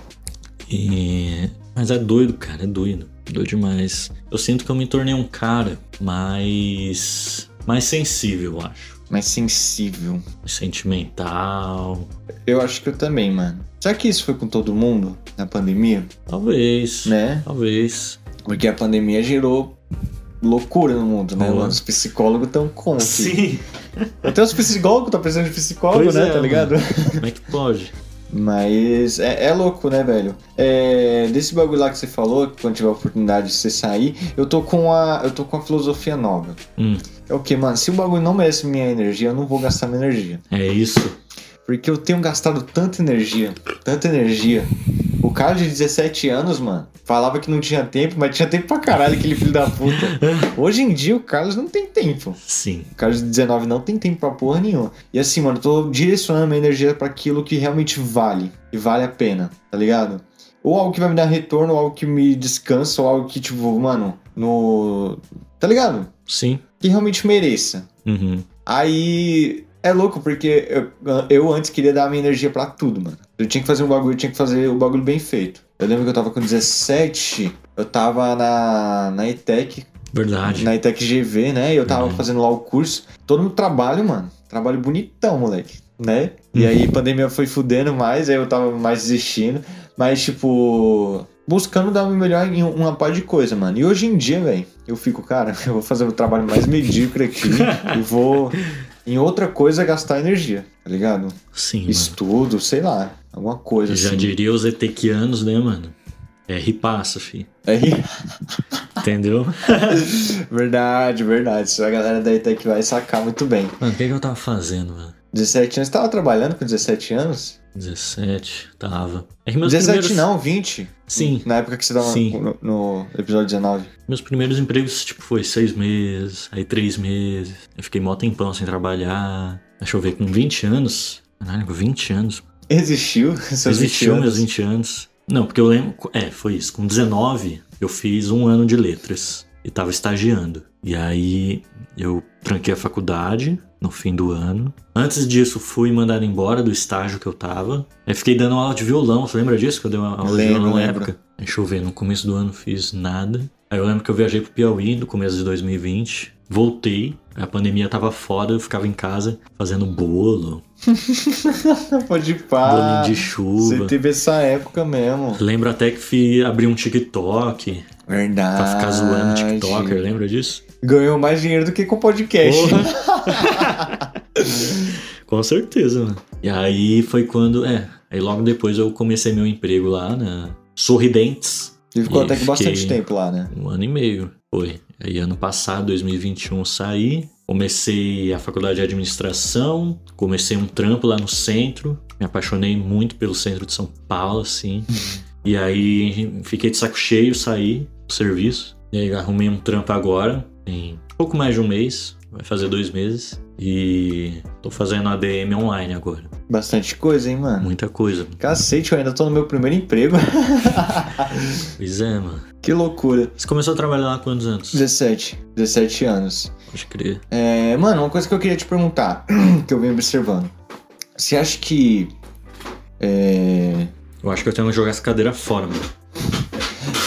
Speaker 1: E- Mas é doido, cara, é doido. Doido demais. Eu sinto que eu me tornei um cara mais. mais sensível, eu acho.
Speaker 2: Mas sensível.
Speaker 1: Sentimental.
Speaker 2: Eu acho que eu também, mano. Será que isso foi com todo mundo na pandemia?
Speaker 1: Talvez.
Speaker 2: Né?
Speaker 1: Talvez.
Speaker 2: Porque a pandemia gerou loucura no mundo, né?
Speaker 1: Boa.
Speaker 2: Os psicólogos estão contra.
Speaker 1: Sim.
Speaker 2: Até os psicólogos estão precisando de psicólogo,
Speaker 1: Pois
Speaker 2: né?
Speaker 1: é,
Speaker 2: tá ligado?
Speaker 1: Como é que pode?
Speaker 2: Mas é, é louco, né, velho? É, desse bagulho lá que você falou, que quando tiver a oportunidade de você sair, eu tô com a, eu tô com a filosofia nova.
Speaker 1: Hum.
Speaker 2: É o que, mano? Se o bagulho não merece minha energia, eu não vou gastar minha energia.
Speaker 1: É isso.
Speaker 2: Porque eu tenho gastado tanta energia, tanta energia. O cara de 17 anos, mano, falava que não tinha tempo, mas tinha tempo pra caralho, aquele filho da puta. Hoje em dia, o Carlos não tem tempo.
Speaker 1: Sim.
Speaker 2: O Carlos de 19 não tem tempo pra porra nenhuma. E assim, mano, eu tô direcionando minha energia pra aquilo que realmente vale. E vale a pena, tá ligado? Ou algo que vai me dar retorno, ou algo que me descansa, ou algo que, tipo, mano, no. Tá ligado?
Speaker 1: Sim.
Speaker 2: Que realmente mereça.
Speaker 1: Uhum.
Speaker 2: Aí é louco, porque eu, eu antes queria dar a minha energia pra tudo, mano. Eu tinha que fazer um bagulho, eu tinha que fazer o bagulho bem feito. Eu lembro que eu tava com 17, eu tava na, na ETEC,
Speaker 1: Verdade.
Speaker 2: na ETEC GV, né? E eu tava
Speaker 1: Uhum.
Speaker 2: fazendo lá o curso. Todo mundo trabalho, mano. Trabalho bonitão, moleque, né?
Speaker 1: Uhum.
Speaker 2: E aí a pandemia foi fudendo mais, aí eu tava mais desistindo. Mas, tipo, buscando dar o meu melhor em um, uma parte de coisa, mano. E hoje em dia, velho, eu fico, cara, eu vou fazer o trabalho mais medíocre aqui e vou em outra coisa gastar energia, tá ligado?
Speaker 1: Sim, mano.
Speaker 2: Estudo, sei lá, alguma coisa
Speaker 1: Já
Speaker 2: assim.
Speaker 1: diria os etequianos, né, mano? É ripasso, fi.
Speaker 2: Aí,
Speaker 1: Entendeu?
Speaker 2: verdade, verdade. Isso a galera da ETEC vai sacar muito bem.
Speaker 1: Mano, o que, que eu tava fazendo, mano?
Speaker 2: 17 anos, você tava trabalhando com 17 anos?
Speaker 1: 17, tava. É que meus
Speaker 2: 17
Speaker 1: primeiros...
Speaker 2: não, 20.
Speaker 1: Sim.
Speaker 2: Na época que você tava
Speaker 1: Sim.
Speaker 2: no, no episódio 19.
Speaker 1: Meus primeiros empregos, tipo, foi seis meses, aí três meses. Eu fiquei mó tempão sem trabalhar. Deixa eu ver, com 20 anos. Caralho, com 20 anos.
Speaker 2: Existiu seus 20
Speaker 1: Existiu
Speaker 2: anos?
Speaker 1: meus 20 anos. Não, porque eu lembro. É, foi isso. Com 19, eu fiz um ano de letras e tava estagiando. E aí eu tranquei a faculdade no fim do ano. Antes disso, fui mandado embora do estágio que eu tava. Aí fiquei dando aula de violão. Você lembra disso? Que eu dei uma aula de
Speaker 2: Lembro,
Speaker 1: violão na
Speaker 2: lembro.
Speaker 1: época? Deixa eu ver, no começo do ano não fiz nada. Aí eu lembro que eu viajei pro Piauí no começo de 2020. Voltei, a pandemia tava foda, eu ficava em casa fazendo bolo,
Speaker 2: Pode ir pá.
Speaker 1: bolinho de chuva.
Speaker 2: Ah, Você teve essa época mesmo.
Speaker 1: Lembro até que fui abrir um TikTok
Speaker 2: Verdade.
Speaker 1: pra ficar zoando TikToker, lembra disso?
Speaker 2: Ganhou mais dinheiro do que com podcast.
Speaker 1: Porra! Com certeza, mano. E aí foi quando. É, aí logo depois eu comecei meu emprego lá na Sorridentes.
Speaker 2: E ficou
Speaker 1: E
Speaker 2: até que bastante
Speaker 1: fiquei-
Speaker 2: tempo lá, né?
Speaker 1: Um ano e meio foi. Aí ano passado, 2021, eu saí. Comecei a faculdade de administração, comecei um trampo lá no centro. Me apaixonei muito pelo centro de São Paulo, assim. e aí fiquei de saco cheio, saí do serviço. E aí arrumei um trampo agora, em pouco mais de um mês, vai fazer dois meses. E tô fazendo ADM online agora.
Speaker 2: Bastante coisa, hein, mano?
Speaker 1: Muita coisa.
Speaker 2: Cacete, eu ainda tô no meu primeiro emprego.
Speaker 1: Pois é, mano.
Speaker 2: que loucura.
Speaker 1: Você começou a trabalhar lá há quantos anos?
Speaker 2: 17. 17 anos.
Speaker 1: Pode crer.
Speaker 2: É, mano, uma coisa que eu queria te perguntar, que eu venho observando. Você acha que. É,
Speaker 1: Eu acho que eu tenho que jogar essa cadeira fora, mano.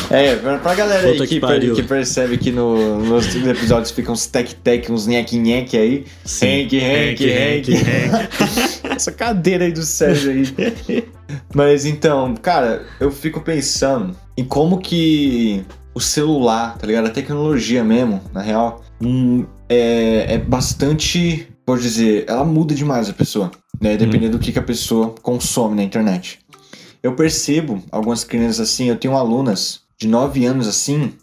Speaker 2: é pra, pra galera aí
Speaker 1: Puta
Speaker 2: que,
Speaker 1: que
Speaker 2: per-
Speaker 1: pariu.
Speaker 2: que percebe que no- nos episódios ficam uns tec-tec, uns nheque-nheque aí. Hank, Hank, Hank. Essa cadeira aí do Sérgio aí. Mas então, cara, eu fico pensando em como que o celular, tá ligado? A tecnologia mesmo, na real, hum, é, é bastante. Pode dizer, ela muda demais a pessoa, né? Dependendo do que, que a pessoa consome na internet. Eu percebo algumas crianças assim, eu tenho alunas de 9 anos assim.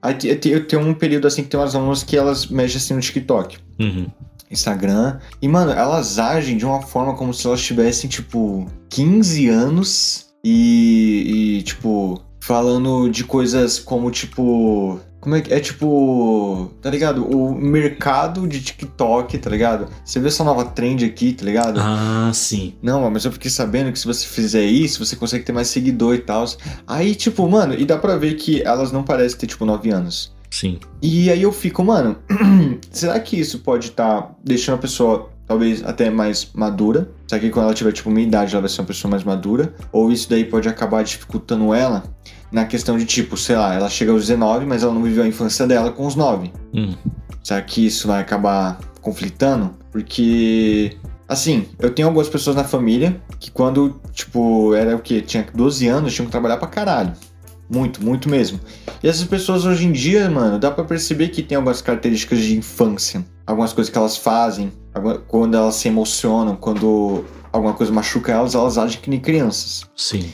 Speaker 2: aí te- Eu te- eu tenho um período assim que tem umas alunas que elas mexem assim no TikTok.
Speaker 1: Uhum.
Speaker 2: Instagram. E, mano, elas agem de uma forma como se elas tivessem, tipo, 15 anos e, e, tipo, falando de coisas como, tipo, Como é que. É tipo. Tá ligado? O mercado de TikTok, tá ligado? Você vê essa nova trend aqui, tá ligado?
Speaker 1: Ah, sim.
Speaker 2: Não, mas eu fiquei sabendo que se você fizer isso, você consegue ter mais seguidor e tal. Aí, tipo, mano, e dá pra ver que elas não parecem ter, tipo, 9 anos.
Speaker 1: Sim.
Speaker 2: E aí eu fico, mano, será que isso pode estar deixando a pessoa talvez até mais madura? Será que quando ela tiver tipo minha idade ela vai ser uma pessoa mais madura? Ou isso daí pode acabar dificultando ela na questão de tipo, sei lá, ela chega aos 19, mas ela não viveu a infância dela com os 9?
Speaker 1: Hum.
Speaker 2: Será que isso vai acabar conflitando? Porque assim, eu tenho algumas pessoas na família que quando, tipo, era o quê? Tinha 12 anos, tinham que trabalhar pra caralho. Muito, muito mesmo. E essas pessoas hoje em dia, mano, dá pra perceber que tem algumas características de infância. Algumas coisas que elas fazem, alguma- quando elas se emocionam, quando alguma coisa machuca elas, elas agem que nem crianças.
Speaker 1: Sim.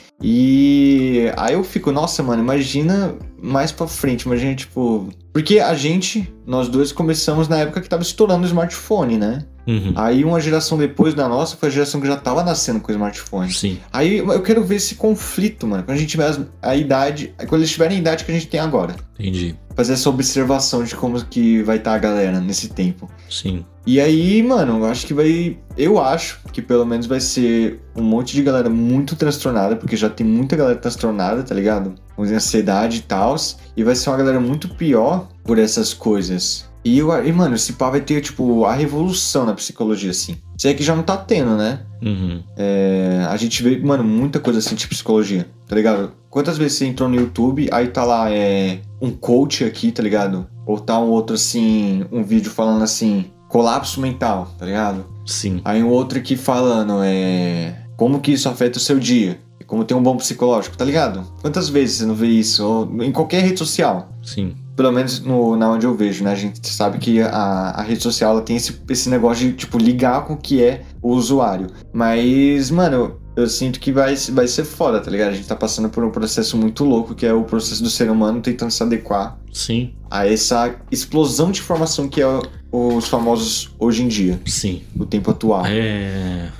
Speaker 2: E aí eu fico, nossa, mano, imagina mais pra frente, imagina, tipo. Porque a gente, nós dois, começamos na época que tava estourando o smartphone, né?
Speaker 1: Uhum.
Speaker 2: Aí uma geração depois da nossa foi a geração que já tava nascendo com o smartphone.
Speaker 1: Sim.
Speaker 2: Aí eu quero ver esse conflito, mano. Quando a gente tiver as- a idade. Quando eles tiverem a idade que a gente tem agora.
Speaker 1: Entendi.
Speaker 2: Fazer essa observação de como que vai estar a galera nesse tempo.
Speaker 1: Sim.
Speaker 2: E aí, mano, eu acho que vai. Eu acho que pelo menos vai ser um monte de galera muito transtornada, porque já tem muita galera transtornada, tá ligado? Com ansiedade e tal. E vai ser uma galera muito pior por essas coisas. E, eu, e, mano, esse pá vai ter, tipo, a revolução na psicologia, assim. Se é que já não tá tendo, né?
Speaker 1: Uhum.
Speaker 2: É, a gente vê, mano, muita coisa assim de psicologia, tá ligado? Quantas vezes você entrou no YouTube, aí tá lá, é, um coach aqui, tá ligado? Ou tá um outro, assim, um vídeo falando assim, colapso mental, tá ligado?
Speaker 1: Sim.
Speaker 2: Aí um outro aqui falando, é, como que isso afeta o seu dia? Como ter um bom psicológico, tá ligado? Quantas vezes você não vê isso? Ou em qualquer rede social.
Speaker 1: Sim.
Speaker 2: Pelo menos no, na onde eu vejo, né? A gente sabe que a, a rede social ela tem esse, esse negócio de, tipo, ligar com o que é o usuário. Mas, mano, eu sinto que vai, vai ser foda, tá ligado? A gente tá passando por um processo muito louco, que é o processo do ser humano tentando se adequar
Speaker 1: Sim.
Speaker 2: a essa explosão de informação que é o- os famosos hoje em dia,
Speaker 1: Sim.
Speaker 2: no tempo atual.
Speaker 1: É.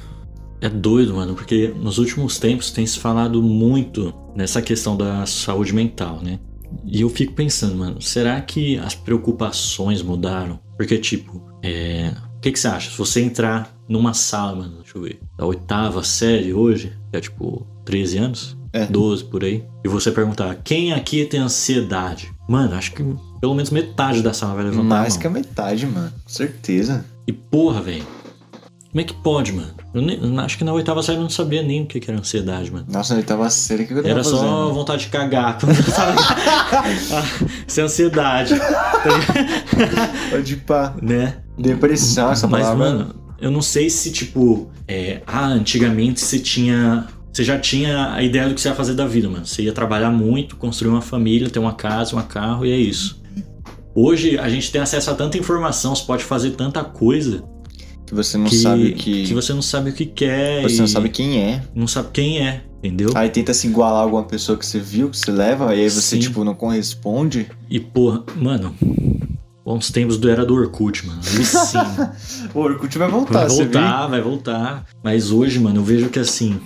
Speaker 1: É doido, mano, porque nos últimos tempos tem se falado muito nessa questão da saúde mental, né? E eu fico pensando, mano, será que as preocupações mudaram? Porque, tipo, é. O que, que você acha? Se você entrar numa sala, mano, deixa eu ver, da oitava série hoje, que é tipo 13 anos,
Speaker 2: É.
Speaker 1: 12 por aí, e você perguntar quem aqui tem ansiedade? Mano, acho que pelo menos metade da sala vai levantar. a
Speaker 2: Mais
Speaker 1: mão.
Speaker 2: que a metade, mano. Com certeza.
Speaker 1: E porra, velho. Como é que pode, mano? Eu nem- eu acho que na oitava série eu não sabia nem o que que era ansiedade, mano.
Speaker 2: Nossa, ele tava sério. O que eu tava
Speaker 1: Era
Speaker 2: fazendo?
Speaker 1: só vontade de cagar. Quando eu tava... Isso é ansiedade,
Speaker 2: Pode pá.
Speaker 1: né?
Speaker 2: Depressão, é essa
Speaker 1: Mas,
Speaker 2: palavra.
Speaker 1: mano, eu não sei se, tipo, é, ah, antigamente você tinha. Você já tinha a ideia do que você ia fazer da vida, mano. Você ia trabalhar muito, construir uma família, ter uma casa, um carro e é isso. Hoje a gente tem acesso a tanta informação, você pode fazer tanta coisa
Speaker 2: que você não
Speaker 1: que,
Speaker 2: sabe o que.
Speaker 1: que você não sabe o que quer.
Speaker 2: Você não
Speaker 1: e-
Speaker 2: sabe quem é.
Speaker 1: não sabe quem é, entendeu?
Speaker 2: Aí tenta se igualar a alguma pessoa que você viu, que você leva, e aí você,
Speaker 1: Sim.
Speaker 2: tipo, não corresponde.
Speaker 1: E porra, mano, bons tempos do era do Orkut, mano. Aí sim,
Speaker 2: O Orkut vai voltar,
Speaker 1: vai
Speaker 2: Tá, você
Speaker 1: voltar, vai voltar. Mas hoje, mano, eu vejo que assim,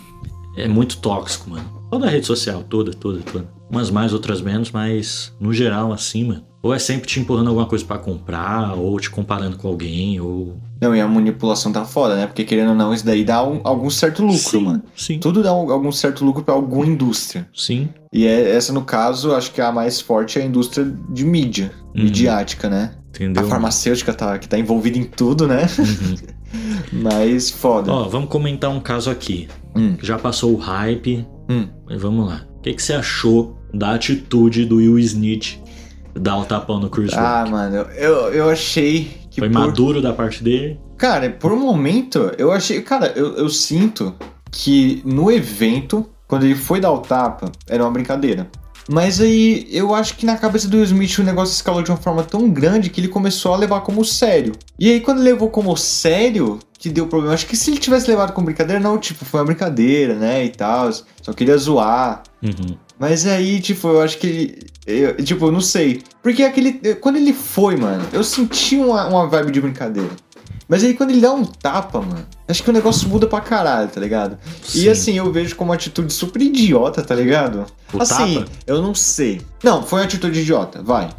Speaker 1: é muito tóxico, mano. Toda a rede social, toda, toda, toda. Umas mais, outras menos, mas no geral, assim, mano. Ou é sempre te empurrando alguma coisa pra comprar, ou te comparando com alguém, ou.
Speaker 2: viu? Não, e a manipulação tá foda, né? Porque querendo ou não, isso daí dá um- algum certo lucro,
Speaker 1: sim,
Speaker 2: mano.
Speaker 1: Sim,
Speaker 2: Tudo dá um- algum certo lucro pra alguma indústria.
Speaker 1: sim.
Speaker 2: E é- essa, no caso, acho que a mais forte é a indústria de mídia,
Speaker 1: Uhum. um-
Speaker 2: midiática, né?
Speaker 1: Entendeu?
Speaker 2: A farmacêutica tá, que tá envolvida em tudo, né?
Speaker 1: Uhum.
Speaker 2: Mas foda.
Speaker 1: Ó, vamos comentar um caso aqui.
Speaker 2: Hum.
Speaker 1: Já passou o hype.
Speaker 2: Hum.
Speaker 1: Mas vamos lá. O que, que você achou da atitude do Will Snitch dar o tapão no Chris Rock?
Speaker 2: Ah, mano, eu, eu achei que
Speaker 1: Foi
Speaker 2: por
Speaker 1: maduro da parte dele?
Speaker 2: Cara, por um momento, eu achei. Cara, eu, eu sinto que no evento, quando ele foi dar o tapa, era uma brincadeira. Mas aí eu acho que na cabeça do Will Smith o negócio escalou de uma forma tão grande que ele começou a levar como sério. E aí quando levou como sério, que deu problema. Acho que se ele tivesse levado como brincadeira, não, tipo, foi uma brincadeira, né? E tal. Só queria zoar.
Speaker 1: Uhum.
Speaker 2: Mas aí, tipo, eu acho que ele. Eu, tipo, eu não sei. Porque aquele. Quando ele foi, mano, eu senti uma, uma vibe de brincadeira. Mas aí quando ele dá um tapa, mano, acho que o negócio muda pra caralho, tá ligado?
Speaker 1: Sim.
Speaker 2: E assim, eu vejo como uma atitude super idiota, tá ligado?
Speaker 1: O
Speaker 2: assim,
Speaker 1: tapa?
Speaker 2: eu não sei. Não, foi uma atitude idiota, vai.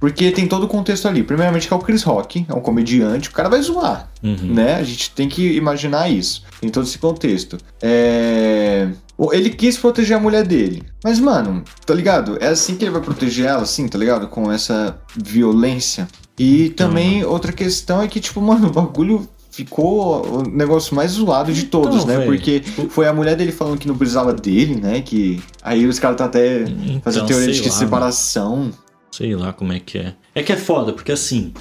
Speaker 2: Porque tem todo o contexto ali. Primeiramente que é o Chris Rock, é um comediante, o cara vai zoar,
Speaker 1: Uhum.
Speaker 2: né? A gente tem que imaginar isso. Tem todo esse contexto. É... o- Ele quis proteger a mulher dele. Mas, mano, tá ligado? É assim que ele vai proteger ela, assim, tá ligado? Com essa violência. E
Speaker 1: Então,
Speaker 2: também outra questão é que, tipo, mano, o bagulho ficou o negócio mais zoado de
Speaker 1: Então,
Speaker 2: todos, né?
Speaker 1: velho.
Speaker 2: Porque foi a mulher dele falando que não precisava dele, né? Que aí os caras tá até fazendo
Speaker 1: Então,
Speaker 2: teoria
Speaker 1: sei
Speaker 2: de que
Speaker 1: lá, mano.
Speaker 2: separação.
Speaker 1: Sei lá como é que é. É que é foda, porque assim,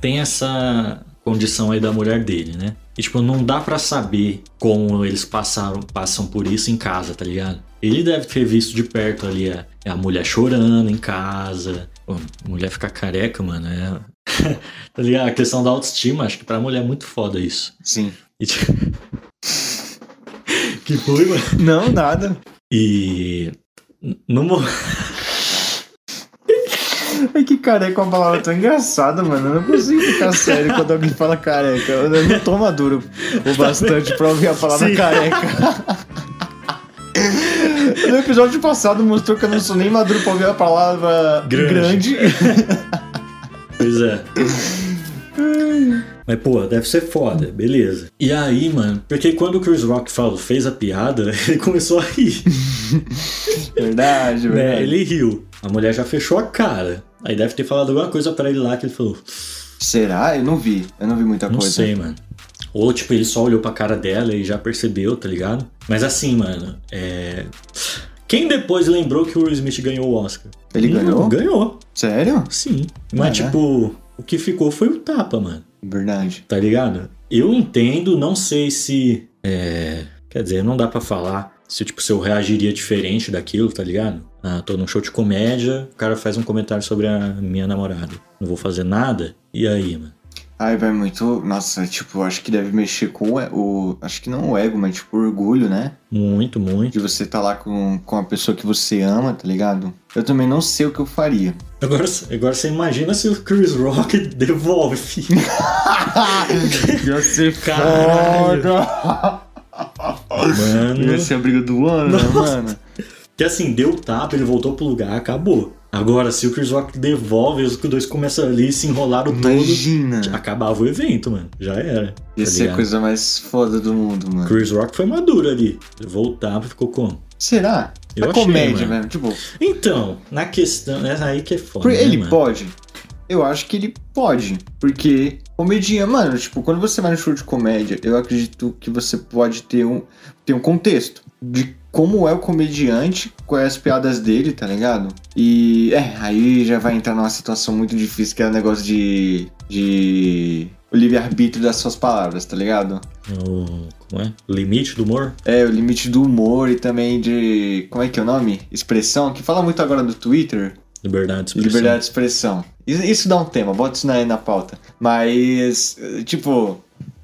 Speaker 1: tem essa condição aí da mulher dele, né? E tipo, não dá pra saber como eles passaram, passam por isso em casa, tá ligado? Ele deve ter visto de perto ali a, a mulher chorando em casa. Pô, mulher ficar careca, mano, é. tá ligado? A questão da autoestima, acho que pra mulher é muito foda isso.
Speaker 2: Sim.
Speaker 1: E, tipo... que foi, mano?
Speaker 2: Não, nada.
Speaker 1: E. n- No, mo-
Speaker 2: É que careca é uma palavra tão engraçada, mano. Eu não consigo ficar sério quando alguém fala careca. Eu não tô maduro o bastante pra ouvir a palavra
Speaker 1: Sim.
Speaker 2: careca. No episódio passado mostrou que eu não sou nem maduro pra ouvir a palavra
Speaker 1: Grande.
Speaker 2: grande.
Speaker 1: Pois é. Mas, pô, deve ser foda, beleza. E aí, mano, porque quando o Chris Rock falou, fez a piada, ele começou a rir.
Speaker 2: Verdade,
Speaker 1: né?
Speaker 2: É verdade.
Speaker 1: Ele riu. A mulher já fechou a cara. Aí deve ter falado alguma coisa pra ele lá que ele falou,
Speaker 2: Será? Eu não vi. Eu não vi muita
Speaker 1: não
Speaker 2: coisa.
Speaker 1: sei, mano. Ou, tipo, ele só olhou pra cara dela e já percebeu, tá ligado? Mas assim, mano, é. Quem depois lembrou que o Will Smith ganhou o Oscar?
Speaker 2: Ele
Speaker 1: Não,
Speaker 2: ganhou?
Speaker 1: Ganhou,
Speaker 2: Sério?
Speaker 1: sim. Mas,
Speaker 2: Ah, é?
Speaker 1: tipo, o que ficou foi o tapa, mano.
Speaker 2: Verdade.
Speaker 1: tá ligado? Eu entendo, não sei se. é, quer dizer, não dá pra falar se, tipo, se eu reagiria diferente daquilo, tá ligado? Ah, tô num show de comédia, o cara faz um comentário sobre a minha namorada. Não vou fazer nada. E aí, mano?
Speaker 2: Ai, vai muito. Nossa, tipo, acho que deve mexer com o- o. Acho que não o ego, mas tipo, o orgulho, né?
Speaker 1: Muito, muito.
Speaker 2: de você tá lá com, com a pessoa que você ama, tá ligado? Eu também não sei o que eu faria.
Speaker 1: Agora, agora você imagina se o Chris Rock devolve. filho.
Speaker 2: Ia ser
Speaker 1: Caralho. Mano.
Speaker 2: Ia ser a briga do ano, né, mano?
Speaker 1: Que assim, deu tapa, ele voltou pro lugar, acabou. Agora, se o Chris Rock devolve, os dois começam ali a se enrolar o todo.
Speaker 2: Imagina.
Speaker 1: Acabava o evento, mano. Já era. tá
Speaker 2: Ia ser a
Speaker 1: ligado?
Speaker 2: coisa mais foda do mundo, mano.
Speaker 1: Chris Rock foi maduro ali. Voltava e ficou como?
Speaker 2: Será?
Speaker 1: Eu
Speaker 2: é
Speaker 1: achei,
Speaker 2: comédia,
Speaker 1: mano.
Speaker 2: velho. Tipo,
Speaker 1: Então, na questão. Essa aí que é foda.
Speaker 2: por-
Speaker 1: né,
Speaker 2: ele
Speaker 1: mano?
Speaker 2: pode? Eu acho que ele pode. Porque comédia, mano, tipo, quando você vai no show de comédia, eu acredito que você pode ter um, ter um contexto de como é o comediante, quais as piadas dele, tá ligado? E é, aí já vai entrar numa situação muito difícil que é o negócio de. de. o livre-arbítrio das suas palavras, tá ligado?
Speaker 1: O, como é? Limite do humor?
Speaker 2: É, o limite do humor e também de. como é que é o nome? Expressão, que fala muito agora do Twitter.
Speaker 1: Liberdade de
Speaker 2: De
Speaker 1: expressão.
Speaker 2: Liberdade de expressão. Isso, isso dá um tema, bota isso aí na pauta. Mas, eh, tipo,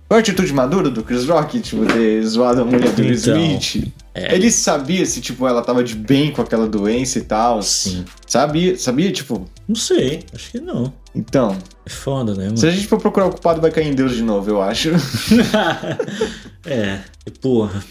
Speaker 2: foi a atitude madura do Chris Rock, tipo, ter zoado a mulher do Will
Speaker 1: Então,
Speaker 2: Smith.
Speaker 1: é.
Speaker 2: Ele sabia se, tipo, ela tava de bem com aquela doença e tal.
Speaker 1: Sim.
Speaker 2: Sabia, sabia, tipo.
Speaker 1: Não sei, acho que não.
Speaker 2: Então,
Speaker 1: É foda, né, mano?
Speaker 2: se a gente for procurar o culpado, vai cair em Deus de novo, eu acho.
Speaker 1: é, e porra.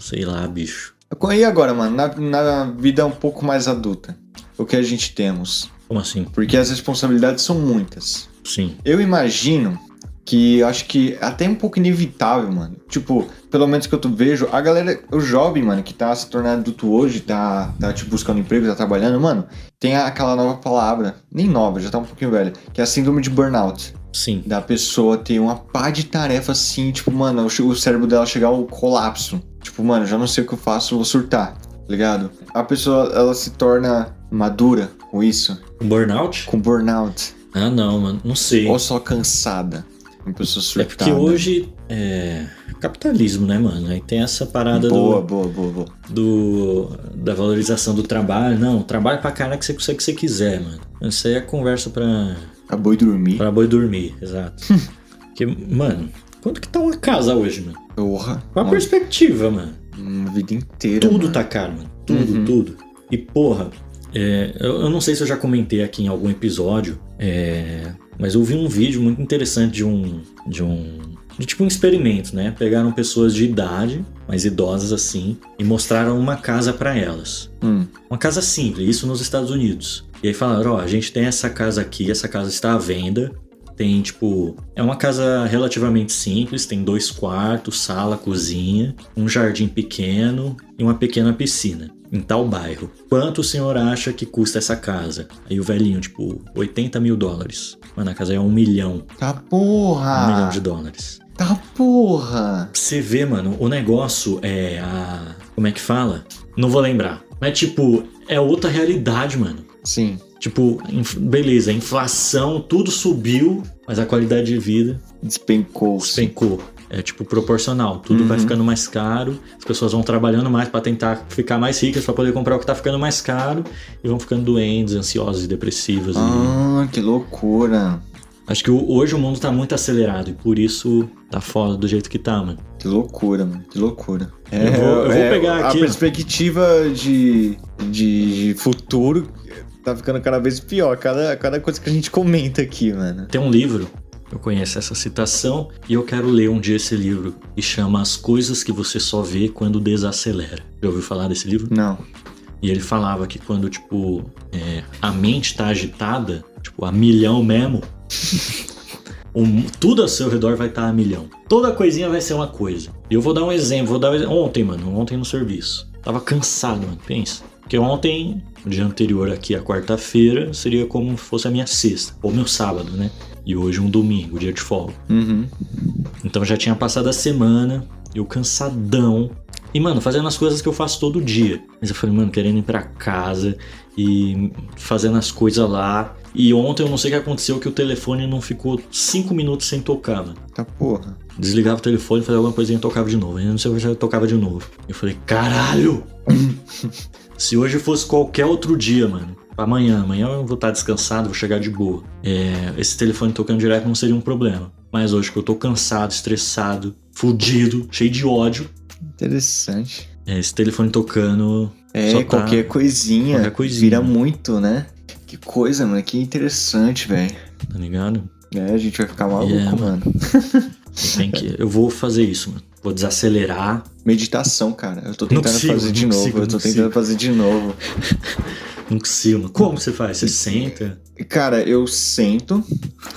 Speaker 1: Sei lá, bicho.
Speaker 2: E agora, mano, na, na vida um pouco mais adulta, o que a gente temos?
Speaker 1: Como assim?
Speaker 2: Porque as responsabilidades são muitas.
Speaker 1: Sim.
Speaker 2: Eu imagino que eu acho que até é um pouco inevitável, mano. Tipo, pelo menos que eu tu vejo, a galera, o jovem, mano, que tá se tornando adulto hoje, tá, tá tipo, buscando emprego, tá trabalhando, mano, tem a- aquela nova palavra, nem nova, já tá um pouquinho velha, que é a síndrome de burnout.
Speaker 1: Sim.
Speaker 2: Da pessoa ter uma pá de tarefa assim, tipo, mano, o che- o cérebro dela chegar ao colapso. Tipo, mano, já não sei o que eu faço, vou surtar, tá ligado? A pessoa, ela se torna madura com isso,
Speaker 1: O burnout?
Speaker 2: com burnout.
Speaker 1: Ah, não, mano. Não sei.
Speaker 2: Ou só cansada. Uma pessoa
Speaker 1: é porque
Speaker 2: surtada.
Speaker 1: hoje. É. Capitalismo, né, mano? Aí tem essa parada
Speaker 2: Boa,
Speaker 1: do.
Speaker 2: boa, boa, boa.
Speaker 1: do, da valorização do trabalho. Não, trabalha pra caraca que você consegue o que você quiser, mano. Isso aí é conversa pra,
Speaker 2: Acabou de dormir.
Speaker 1: pra boi dormir, exato. Porque, mano, quanto que tá uma casa hoje, mano?
Speaker 2: Porra.
Speaker 1: Qual a
Speaker 2: Uma,
Speaker 1: perspectiva, mano?
Speaker 2: uma vida inteira.
Speaker 1: Tudo
Speaker 2: mano. Uhum.
Speaker 1: tá caro, mano. Tudo, tudo. E, porra, é, eu, eu não sei se eu já comentei aqui em algum episódio, é, mas eu vi um vídeo muito interessante de um. De um de tipo um experimento, né? Pegaram pessoas de idade, mas idosas assim, e mostraram uma casa pra elas.
Speaker 2: Hum,
Speaker 1: Uma casa simples, isso nos Estados Unidos. E aí falaram, ó, a gente tem essa casa aqui, essa casa está à venda. Tem, tipo, é uma casa relativamente simples, tem dois quartos, sala, cozinha, um jardim pequeno e uma pequena piscina, em tal bairro. Quanto o senhor acha que custa essa casa? Aí o velhinho, tipo, 80 mil dólares. Mano, a casa é um milhão,
Speaker 2: Tá
Speaker 1: um milhão
Speaker 2: porra!
Speaker 1: de dólares.
Speaker 2: Tá porra!
Speaker 1: Você vê, mano, o negócio é a. Como é que fala? Não vou lembrar. Mas, tipo, é outra realidade, mano.
Speaker 2: Sim.
Speaker 1: Tipo, inf- beleza, inflação, tudo subiu, mas a qualidade de vida
Speaker 2: Despencou.
Speaker 1: despencou. É tipo proporcional, tudo vai
Speaker 2: Uhum.
Speaker 1: ficando mais caro, as pessoas vão trabalhando mais pra tentar ficar mais ricas pra poder comprar o que tá ficando mais caro e vão ficando doentes, ansiosas e depressivas. e-
Speaker 2: Ah, que loucura!
Speaker 1: Acho que o- hoje o mundo tá muito acelerado e por isso tá foda do jeito que tá, mano.
Speaker 2: Que loucura, mano. Que loucura. É,
Speaker 1: Eu vou- eu vou pegar
Speaker 2: a
Speaker 1: aqui, ó.
Speaker 2: perspectiva de, de futuro tá ficando cada vez pior. Cada, cada coisa que a gente comenta aqui, mano.
Speaker 1: Tem um livro, eu conheço essa citação e eu quero ler um dia esse livro que chama As Coisas que Você Só Vê Quando Desacelera. Já ouviu falar desse livro?
Speaker 2: Não.
Speaker 1: E ele falava que quando, tipo, é, a mente tá agitada, tipo, a milhão mesmo, o mu- tudo ao seu redor vai estar a milhão. Toda coisinha vai ser uma coisa. E eu vou dar um exemplo, vou dar um ex- ontem, mano, ontem no serviço. Tava cansado, mano, pensa. Porque ontem, o dia anterior aqui, a quarta-feira, seria como se fosse a minha sexta, ou meu sábado, né? E hoje um domingo, dia de folga.
Speaker 2: Uhum.
Speaker 1: Então já tinha passado a semana, eu cansadão. E, mano, fazendo as coisas que eu faço todo dia. Mas eu falei, mano, querendo ir pra casa e fazendo as coisas lá. E ontem eu não sei o que aconteceu, que o telefone não ficou cinco minutos sem tocar, mano.
Speaker 2: Tá porra.
Speaker 1: Desligava o telefone, fazia alguma coisinha e tocava de novo. Eu não sei o que eu tocava de novo. Eu falei, caralho! Se hoje fosse qualquer outro dia, mano. Amanhã, amanhã eu vou estar descansado, vou chegar de boa. É, esse telefone tocando direto não seria um problema. Mas hoje que eu tô cansado, estressado, fudido, cheio de ódio,
Speaker 2: Interessante.
Speaker 1: é, esse telefone tocando.
Speaker 2: É,
Speaker 1: Só tá-
Speaker 2: qualquer coisinha.
Speaker 1: qualquer coisinha.
Speaker 2: É, Vira muito, né? Que coisa, mano. Que interessante, velho.
Speaker 1: Tá ligado?
Speaker 2: É, a gente vai ficar maluco,
Speaker 1: Yeah,
Speaker 2: mano.
Speaker 1: Tem que, eu vou fazer isso, mano. Vou desacelerar.
Speaker 2: Meditação, cara. Eu tô
Speaker 1: Não
Speaker 2: tentando
Speaker 1: consigo,
Speaker 2: fazer de
Speaker 1: não
Speaker 2: novo.
Speaker 1: consigo,
Speaker 2: eu tô
Speaker 1: não
Speaker 2: tentando fazer de novo.
Speaker 1: Não consigo, mano. Como você faz? Você senta?
Speaker 2: Cara, eu sento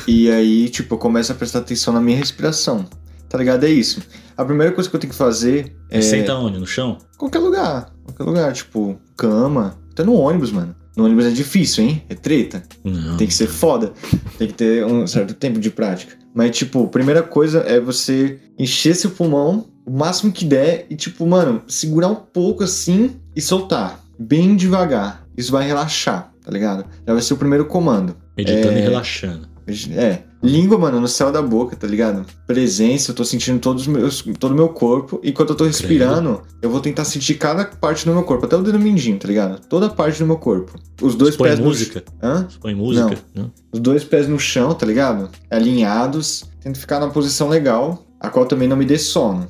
Speaker 2: e aí, tipo, eu começo a prestar atenção na minha respiração. Tá ligado? É isso. A primeira coisa que eu tenho que fazer é.
Speaker 1: Você Senta onde? No chão?
Speaker 2: Qualquer lugar. Qualquer lugar, tipo, cama. Até no ônibus, mano. No ônibus é difícil, hein? É treta.
Speaker 1: Não.
Speaker 2: Tem que ser foda. Tem que ter um certo tempo de prática. Mas, tipo, primeira coisa é você encher seu pulmão o máximo que der e, tipo, mano, segurar um pouco assim e soltar. Bem devagar. Isso vai relaxar, tá ligado? Já vai ser o primeiro comando.
Speaker 1: Meditando e relaxando.
Speaker 2: É. Língua, mano, no céu da boca, tá ligado? Presença, eu tô sentindo todos os meus, todo o meu corpo. E quando eu tô respirando, eu vou tentar sentir cada parte do meu corpo, até o dedo mindinho, tá ligado? Toda parte do meu corpo. Os dois
Speaker 1: Você põe
Speaker 2: pés
Speaker 1: música?
Speaker 2: no. Hã?
Speaker 1: Você põe música? Não.
Speaker 2: Os dois pés no chão, tá ligado? Alinhados. Tento ficar na posição legal, a qual também não me dê sono.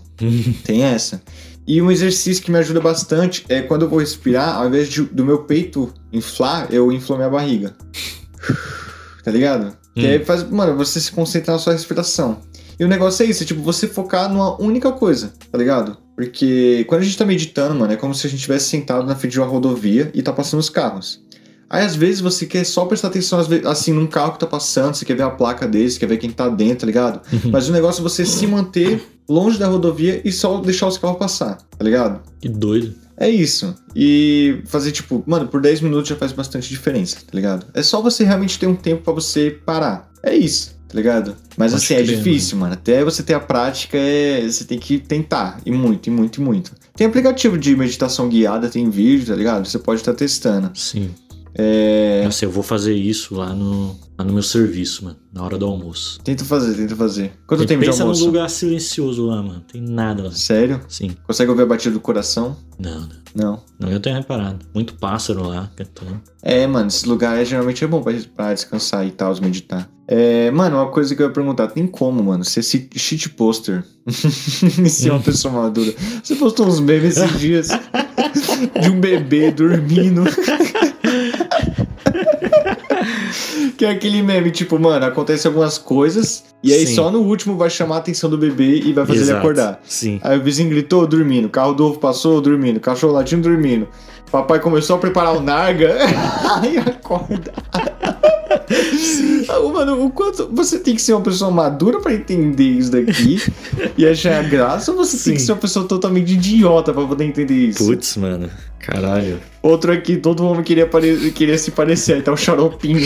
Speaker 2: Tem essa. E um exercício que me ajuda bastante é quando eu vou respirar, ao invés de- do meu peito inflar, eu inflo minha barriga. Tá ligado? E
Speaker 1: Hum.
Speaker 2: aí faz, mano, você se concentrar na sua respiração. E o negócio é isso, é tipo você focar numa única coisa, tá ligado? Porque quando a gente tá meditando, mano, é como se a gente estivesse sentado na frente de uma rodovia e tá passando os carros. Aí às vezes você quer só prestar atenção, às ve- assim, num carro que tá passando, você quer ver a placa dele, você quer ver quem tá dentro, tá ligado? Mas o negócio é você se manter longe da rodovia e só deixar os carros passar, tá ligado?
Speaker 1: Que doido.
Speaker 2: É isso. E fazer tipo, mano, por 10 minutos já faz bastante diferença, tá ligado? É só você realmente ter um tempo pra você parar. É isso, tá ligado? Mas
Speaker 1: Pode
Speaker 2: assim, é
Speaker 1: crer,
Speaker 2: difícil, mano. Até você ter a prática, é... você tem que tentar. E muito, e muito, e muito. Tem aplicativo de meditação guiada, tem vídeo, tá ligado? Você pode estar testando. É,
Speaker 1: Sim. Nossa, eu vou fazer isso lá no, lá no meu serviço, mano. Na hora do almoço.
Speaker 2: Tenta fazer, tenta fazer. Quanto
Speaker 1: E
Speaker 2: tempo de
Speaker 1: pensa
Speaker 2: almoço?
Speaker 1: num lugar silencioso lá, mano. Tem nada lá.
Speaker 2: Sério?
Speaker 1: Sim.
Speaker 2: Consegue ouvir a batida do coração?
Speaker 1: Não, não.
Speaker 2: Não.
Speaker 1: Não, eu tenho reparado. Muito pássaro lá cantando.
Speaker 2: É, mano, esse lugar é, geralmente é bom pra, pra descansar e tal, meditar. É, mano, uma coisa que eu ia perguntar, tem como, mano, ser esse shit poster? ser uma pessoa madura. Você postou uns memes esses dias de um bebê dormindo. que é aquele meme, tipo, mano, acontece algumas coisas e aí
Speaker 1: Sim.
Speaker 2: só no último vai chamar a atenção do bebê e vai fazer ele
Speaker 1: Exato.
Speaker 2: acordar.
Speaker 1: Sim.
Speaker 2: Aí o vizinho gritou, dormindo. O carro do ovo passou, dormindo. O cachorro latindo, dormindo. Papai começou a preparar o Narga. Ai, acorda. Ah, Mano, o quanto você tem que ser uma pessoa madura pra entender isso daqui e achar graça, ou você tem que
Speaker 1: Sim.
Speaker 2: ser uma pessoa totalmente idiota pra poder entender isso?
Speaker 1: Putz, mano. Caralho.
Speaker 2: Outro aqui, todo homem queria, pare- queria se parecer, então o xaropinho,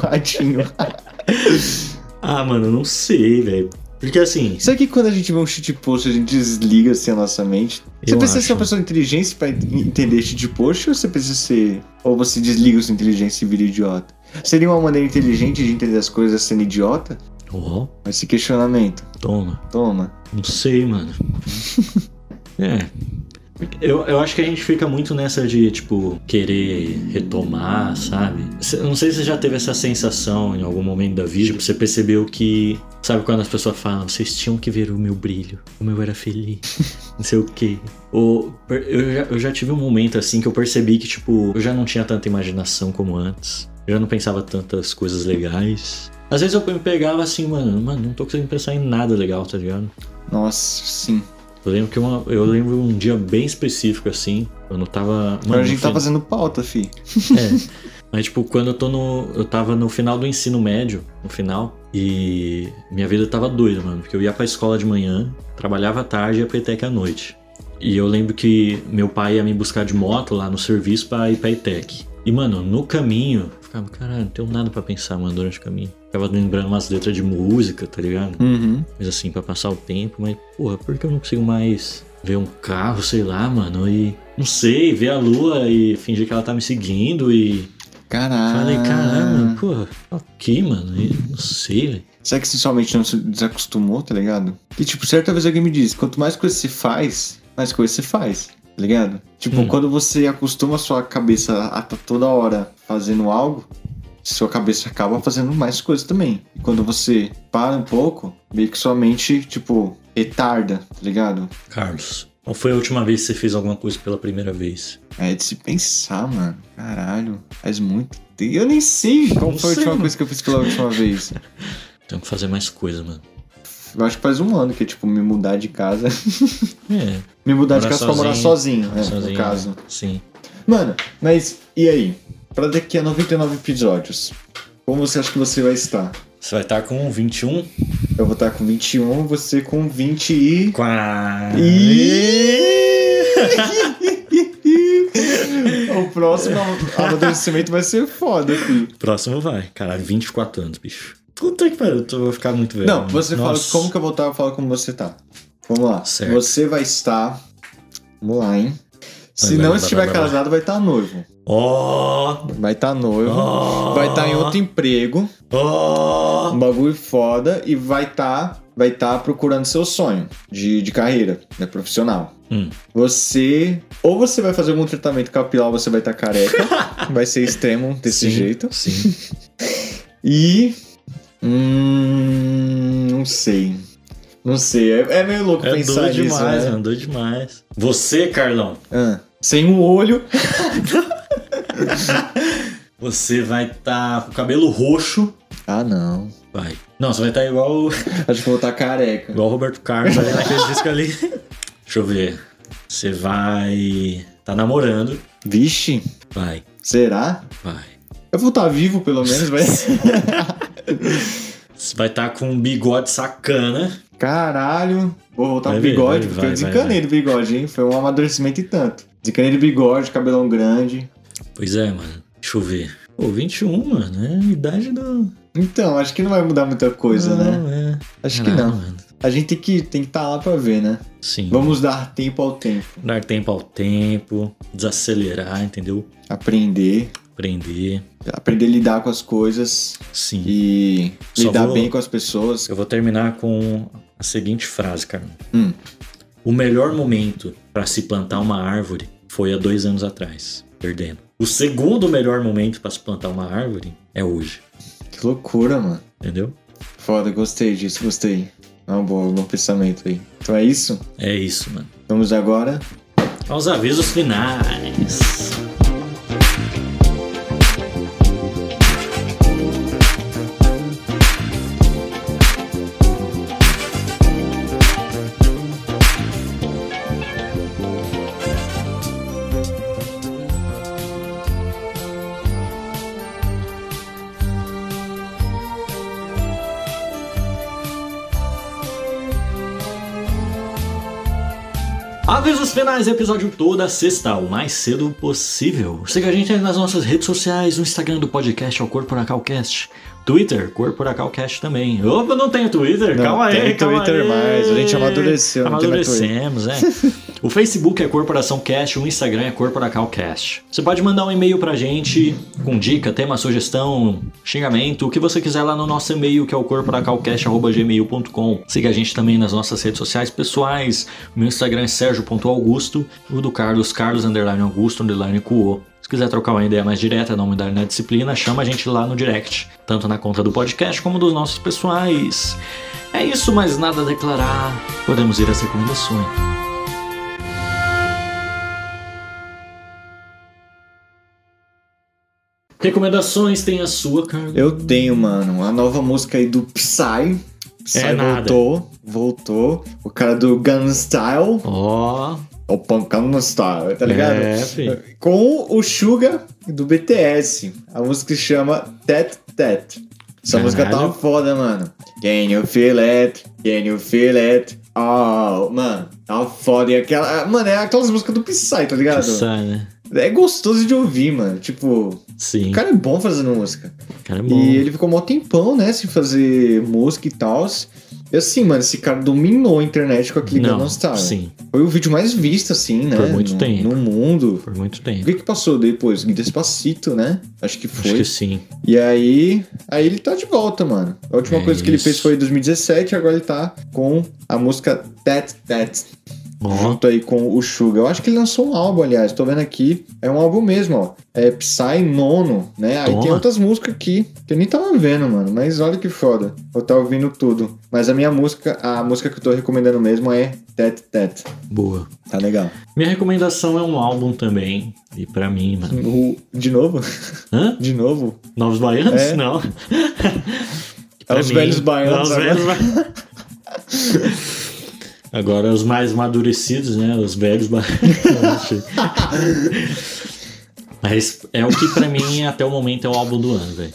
Speaker 2: tadinho.
Speaker 1: Ah, mano, não sei, velho. Porque assim,
Speaker 2: Será que quando a gente vê um shitpost, a gente desliga assim a nossa mente? Você
Speaker 1: Eu
Speaker 2: precisa ser
Speaker 1: acho.
Speaker 2: uma pessoa inteligente pra en- entender shitpost ou você precisa ser. Ou você desliga sua inteligência e vira idiota? Seria uma maneira inteligente de entender as coisas sendo idiota?
Speaker 1: ó,
Speaker 2: Esse questionamento.
Speaker 1: toma.
Speaker 2: Toma.
Speaker 1: Não sei, mano. é. Eu, eu acho que a gente fica muito nessa de, tipo, querer retomar, sabe? Cê- eu Não sei se você já teve essa sensação em algum momento da vida, tipo, você percebeu que. Sabe quando as pessoas falam, vocês tinham que ver o meu brilho, como eu era feliz, não sei o quê. Ou per- eu já, eu já tive um momento assim que eu percebi que, tipo, eu já não tinha tanta imaginação como antes. Eu já não pensava tantas coisas legais. Às vezes eu me pegava assim, mano, mano, não tô conseguindo pensar em nada legal, tá ligado?
Speaker 2: Nossa, sim.
Speaker 1: Eu lembro que uma- eu lembro um dia bem específico assim, quando eu tava.
Speaker 2: Agora
Speaker 1: mano,
Speaker 2: a gente
Speaker 1: no
Speaker 2: tá
Speaker 1: fin-
Speaker 2: fazendo pauta, fi.
Speaker 1: É. Mas tipo, quando eu tô no. Eu tava no final do ensino médio, no final, e minha vida tava doida, mano. Porque eu ia pra escola de manhã, trabalhava à tarde e ia pra ETEC à noite. E eu lembro que meu pai ia me buscar de moto lá no serviço pra ir pra ETEC. E, mano, no caminho, eu ficava, caralho, não tenho nada pra pensar, mano, durante o caminho. Ficava lembrando umas letras de música, tá ligado?
Speaker 2: Uhum.
Speaker 1: Mas assim, pra passar o tempo, mas porra, por que eu não consigo mais ver um carro, sei lá, mano, e não sei, ver a lua e fingir que ela tá me seguindo e
Speaker 2: Caralho.
Speaker 1: falei, caramba, porra, tá aqui, mano, e não sei, velho.
Speaker 2: Será que você somente não se desacostumou, tá ligado? Que, tipo, certa vez alguém me disse, quanto mais coisa você faz, mais coisa você faz, tá ligado? Tipo,
Speaker 1: Hum.
Speaker 2: quando você acostuma a sua cabeça a estar toda hora fazendo algo, sua cabeça acaba fazendo mais coisas também. E quando você para um pouco, meio que sua mente, tipo, retarda, tá ligado?
Speaker 1: Carlos, qual foi a última vez que você fez alguma coisa pela primeira vez?
Speaker 2: É de se pensar, mano. Caralho, faz muito tempo. Eu nem sei qual
Speaker 1: Não
Speaker 2: foi a
Speaker 1: sei,
Speaker 2: última
Speaker 1: mano.
Speaker 2: coisa que eu fiz pela última vez.
Speaker 1: Tenho que fazer mais coisa, mano.
Speaker 2: Eu acho que faz um ano que é, tipo, me mudar de casa.
Speaker 1: É,
Speaker 2: Me mudar de
Speaker 1: Morar
Speaker 2: casa pra morar sozinho, né,
Speaker 1: sozinho,
Speaker 2: no caso.
Speaker 1: sim.
Speaker 2: Mano, mas e aí? Pra daqui a 99 episódios, como você acha que você vai estar?
Speaker 1: Você vai estar com 21?
Speaker 2: Eu vou estar com 21, você com 20 e...
Speaker 1: Quase.
Speaker 2: E... o próximo amadurecimento vai ser foda, filho.
Speaker 1: Próximo vai. Caralho, 24 anos, bicho. Puta que pariu, eu tô- vou ficar muito velho. né?
Speaker 2: Não, você
Speaker 1: É, Nossa.
Speaker 2: fala como que eu vou estar, eu falo como você tá. Vamos lá.
Speaker 1: Certo.
Speaker 2: Você vai estar... Vamos lá, hein? Se
Speaker 1: Vai,
Speaker 2: não
Speaker 1: vai,
Speaker 2: estiver
Speaker 1: vai, vai, vai.
Speaker 2: casado, vai estar noivo.
Speaker 1: Ó!
Speaker 2: Vai estar noivo.
Speaker 1: ó,
Speaker 2: Vai estar em outro emprego.
Speaker 1: ó.
Speaker 2: um bagulho foda e vai tá, vai tá procurando seu sonho de, de carreira, né, profissional.
Speaker 1: Hum.
Speaker 2: Você ou você vai fazer algum tratamento capilar, ou você vai estar tá careca, vai ser extremo
Speaker 1: Sim,
Speaker 2: desse jeito.
Speaker 1: Sim.
Speaker 2: E hum, não sei. Não sei, é, é meio louco
Speaker 1: É
Speaker 2: pensar
Speaker 1: doido
Speaker 2: nisso,
Speaker 1: demais,
Speaker 2: né?
Speaker 1: mano. Doido demais. Você, Carlão,
Speaker 2: Ah, sem um olho.
Speaker 1: você vai estar com o cabelo roxo.
Speaker 2: Ah, não.
Speaker 1: Vai. Não, você vai estar igual, o-
Speaker 2: Acho que eu vou estar careca.
Speaker 1: igual o Roberto Carlos ali naquele disco ali. Deixa eu ver. Você vai. Tá namorando.
Speaker 2: Vixe,
Speaker 1: Vai,
Speaker 2: será?
Speaker 1: vai.
Speaker 2: Eu vou estar vivo pelo menos, vai.
Speaker 1: Você vai estar com um bigode sacana.
Speaker 2: Caralho! Vou voltar
Speaker 1: Vai
Speaker 2: pro
Speaker 1: ver,
Speaker 2: bigode,
Speaker 1: vai,
Speaker 2: porque
Speaker 1: vai,
Speaker 2: eu
Speaker 1: vai,
Speaker 2: desencanei do bigode, hein? Foi um amadurecimento e tanto. Desencanei do bigode, cabelão grande.
Speaker 1: Pois é, mano. Deixa eu ver. Pô, 21, mano. É a idade do.
Speaker 2: Então, acho que não vai mudar muita coisa, né?
Speaker 1: né?
Speaker 2: Acho que não.
Speaker 1: Mano.
Speaker 2: A gente tem que estar tem que tá lá pra ver, né?
Speaker 1: Sim.
Speaker 2: Vamos dar tempo ao tempo.
Speaker 1: Dar tempo ao tempo, desacelerar, entendeu?
Speaker 2: Aprender.
Speaker 1: Aprender.
Speaker 2: Aprender a lidar com as coisas
Speaker 1: Sim.
Speaker 2: e
Speaker 1: Só
Speaker 2: lidar
Speaker 1: vou-
Speaker 2: bem com as pessoas.
Speaker 1: Eu vou terminar com a seguinte frase, cara.
Speaker 2: Hum.
Speaker 1: O melhor momento para se plantar uma árvore foi há dois anos atrás, perdendo. O segundo melhor momento para se plantar uma árvore é hoje,
Speaker 2: Que loucura, mano.
Speaker 1: entendeu?
Speaker 2: Foda, gostei disso, gostei. É um bom, bom pensamento aí. Então é isso.
Speaker 1: É isso, mano.
Speaker 2: Vamos agora.
Speaker 1: Aos avisos finais. Avisos finais, episódio toda sexta, o mais cedo possível. Siga a gente aí nas nossas redes sociais, no Instagram do podcast ao CorporacalCast, Twitter, CorporacalCast também. Opa, não tenho Twitter,
Speaker 2: Não
Speaker 1: calma aí,
Speaker 2: tem
Speaker 1: calma
Speaker 2: Twitter
Speaker 1: aí.
Speaker 2: mais, a gente amadureceu, não tem mais Twitter.
Speaker 1: Amadurecemos, é. o Facebook é Corporação Cast, o Instagram é CorporacalCast. Você pode mandar um e-mail pra gente com dica, tema, sugestão, xingamento, o que você quiser lá no nosso e-mail, que é o corporacalcast.gmail.com. Siga a gente também nas nossas redes sociais pessoais. O meu Instagram é sergio.augusto, o do Carlos, carlos, underline augusto, underline cuo. Se quiser trocar uma ideia mais direta, dar uma unidade na disciplina, chama a gente lá no direct, tanto na conta do podcast como dos nossos pessoais. É isso, mas nada a declarar. Podemos ir às recomendações. Recomendações tem a sua, cara.
Speaker 2: Eu tenho, mano, a nova música aí do Psy. Psy
Speaker 1: É nada.
Speaker 2: voltou, voltou. O cara do Gun Style, é
Speaker 1: Ó,
Speaker 2: o Punk Gun Style, tá ligado?
Speaker 1: É, filho.
Speaker 2: Com o Suga do BTS. A música se chama Tet Tet. Essa
Speaker 1: Caralho.
Speaker 2: música tá uma foda, mano. Can you feel it? Can you feel it? Oh, mano, tá uma foda. E aquela. Mano, é aquelas músicas do Psy, tá ligado?
Speaker 1: Sai, né?
Speaker 2: É gostoso de ouvir, mano. Tipo,
Speaker 1: Sim,
Speaker 2: o cara é bom fazendo música.
Speaker 1: cara é bom.
Speaker 2: E ele ficou mó tempão, né, sem fazer música e tal. E assim, mano, esse cara dominou a internet com aquele
Speaker 1: Não,
Speaker 2: Gangnam Style.
Speaker 1: sim,
Speaker 2: Foi o vídeo mais visto, assim, né?
Speaker 1: Por muito
Speaker 2: no,
Speaker 1: tempo.
Speaker 2: No mundo.
Speaker 1: por muito
Speaker 2: O
Speaker 1: tempo.
Speaker 2: que que passou depois? Despacito, né? Acho que foi.
Speaker 1: Acho que sim.
Speaker 2: E aí... Aí ele tá de volta, mano. A última
Speaker 1: É
Speaker 2: coisa que ele
Speaker 1: isso.
Speaker 2: fez foi em 2017. Agora ele tá com a música That That.
Speaker 1: Ó,
Speaker 2: Junto aí com o Suga. Eu acho que ele lançou um álbum, aliás. Tô vendo aqui. É um álbum mesmo, ó. É Psy Nono, né? Aí
Speaker 1: Toma.
Speaker 2: tem outras músicas aqui que eu nem tava vendo, mano. Mas olha que foda. Eu tava ouvindo tudo. Mas a minha música... A música que eu tô recomendando mesmo é That That.
Speaker 1: boa.
Speaker 2: Tá legal.
Speaker 1: Minha recomendação é um álbum também. E pra mim, mano.
Speaker 2: O- De novo?
Speaker 1: Hã?
Speaker 2: De novo?
Speaker 1: Novos Baianos?
Speaker 2: É.
Speaker 1: Não.
Speaker 2: É os velhos baianos
Speaker 1: é os
Speaker 2: agora.
Speaker 1: velhos baianos. Agora os mais amadurecidos, né? Os velhos baianos. Mas é o que pra mim até o momento é o álbum do ano, velho.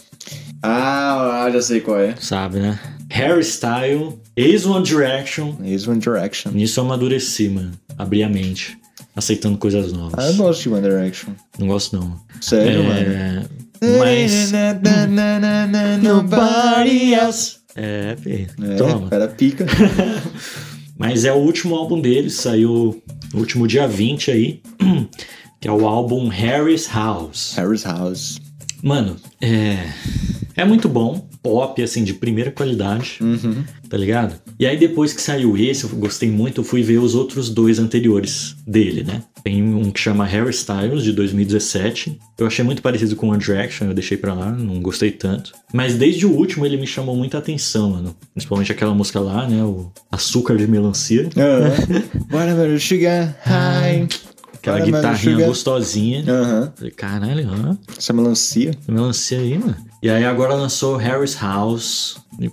Speaker 2: Ah, ah, já sei qual é.
Speaker 1: Sabe, né? Harry Style, Ace One Direction.
Speaker 2: Is One Direction.
Speaker 1: Nisso eu amadureci, mano. Abri a mente. Aceitando coisas novas.
Speaker 2: Ah, eu gosto de One Direction.
Speaker 1: Não gosto, não.
Speaker 2: Sério, mano.
Speaker 1: É, Mas.
Speaker 2: Nobody else.
Speaker 1: É, filho.
Speaker 2: É,
Speaker 1: Toma.
Speaker 2: o cara pica.
Speaker 1: Mas é o último álbum deles, saiu no último dia 20 aí, que é o álbum Harry's House.
Speaker 2: Harry's House.
Speaker 1: Mano, é. É muito bom, pop, assim, de primeira qualidade,
Speaker 2: Uhum.
Speaker 1: tá ligado? E aí depois que saiu esse, eu gostei muito, eu fui ver os outros dois anteriores dele, né? Tem um que chama Harry Styles, de 2017. Eu achei muito parecido com One Direction, eu deixei pra lá, não gostei tanto. Mas desde o último ele me chamou muita atenção, mano. Principalmente aquela música lá, né? O Açúcar de Melancia.
Speaker 2: Whatever sugar, hi.
Speaker 1: Aquela
Speaker 2: Cara, mano,
Speaker 1: guitarrinha
Speaker 2: Sugar-
Speaker 1: gostosinha.
Speaker 2: Aham.
Speaker 1: Falei, caralho, ó,
Speaker 2: Essa melancia.
Speaker 1: melancia aí, mano. E aí agora lançou Harris House. E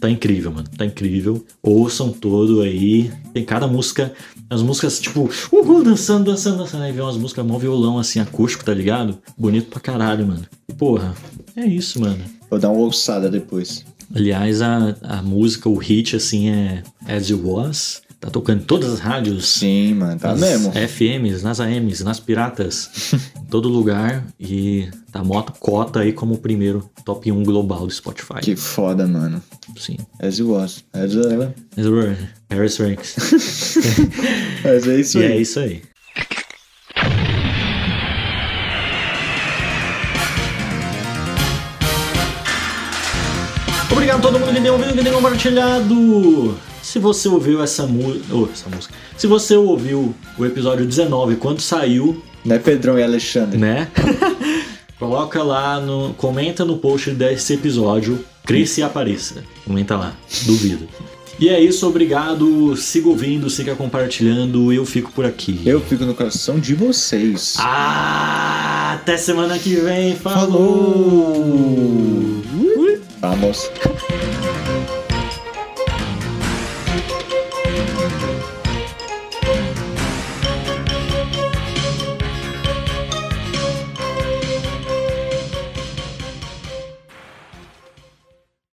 Speaker 1: Tá incrível, mano. Tá incrível. Ouçam todo aí. Tem cada música. As músicas, tipo, uhul, dançando, dançando, dançando. Aí vem umas músicas mó violão, assim, acústico, tá ligado? Bonito pra caralho, mano. E, Porra, é isso, mano.
Speaker 2: Vou dar uma ouçada depois.
Speaker 1: Aliás, a, a música, o hit, assim, é As It Was. Tá tocando em todas as rádios.
Speaker 2: Sim, mano. Tá
Speaker 1: nas
Speaker 2: mesmo.
Speaker 1: FMs, nas AMs, nas piratas, em todo lugar. E tá moto cota aí como o primeiro top 1 global do Spotify.
Speaker 2: Que foda, mano. É
Speaker 1: Sim.
Speaker 2: As it was. As, it-
Speaker 1: Mas, bro, Harris Ranks.
Speaker 2: Mas é isso
Speaker 1: e
Speaker 2: aí.
Speaker 1: é isso aí. Obrigado a todo mundo que tem ouvido, que tem compartilhado. Se você ouviu essa, mu- oh, essa música, se você ouviu o episódio 19 quando saiu,
Speaker 2: Né, Pedrão e Alexandre?
Speaker 1: né? Coloca lá no. Comenta no post desse episódio. Cresça e apareça. Comenta lá. Duvido. E é isso, obrigado. Siga ouvindo, siga compartilhando. Eu fico por aqui.
Speaker 2: Eu fico no coração de vocês.
Speaker 1: Ah, até semana que vem. Falou!
Speaker 2: Falou! Vamos.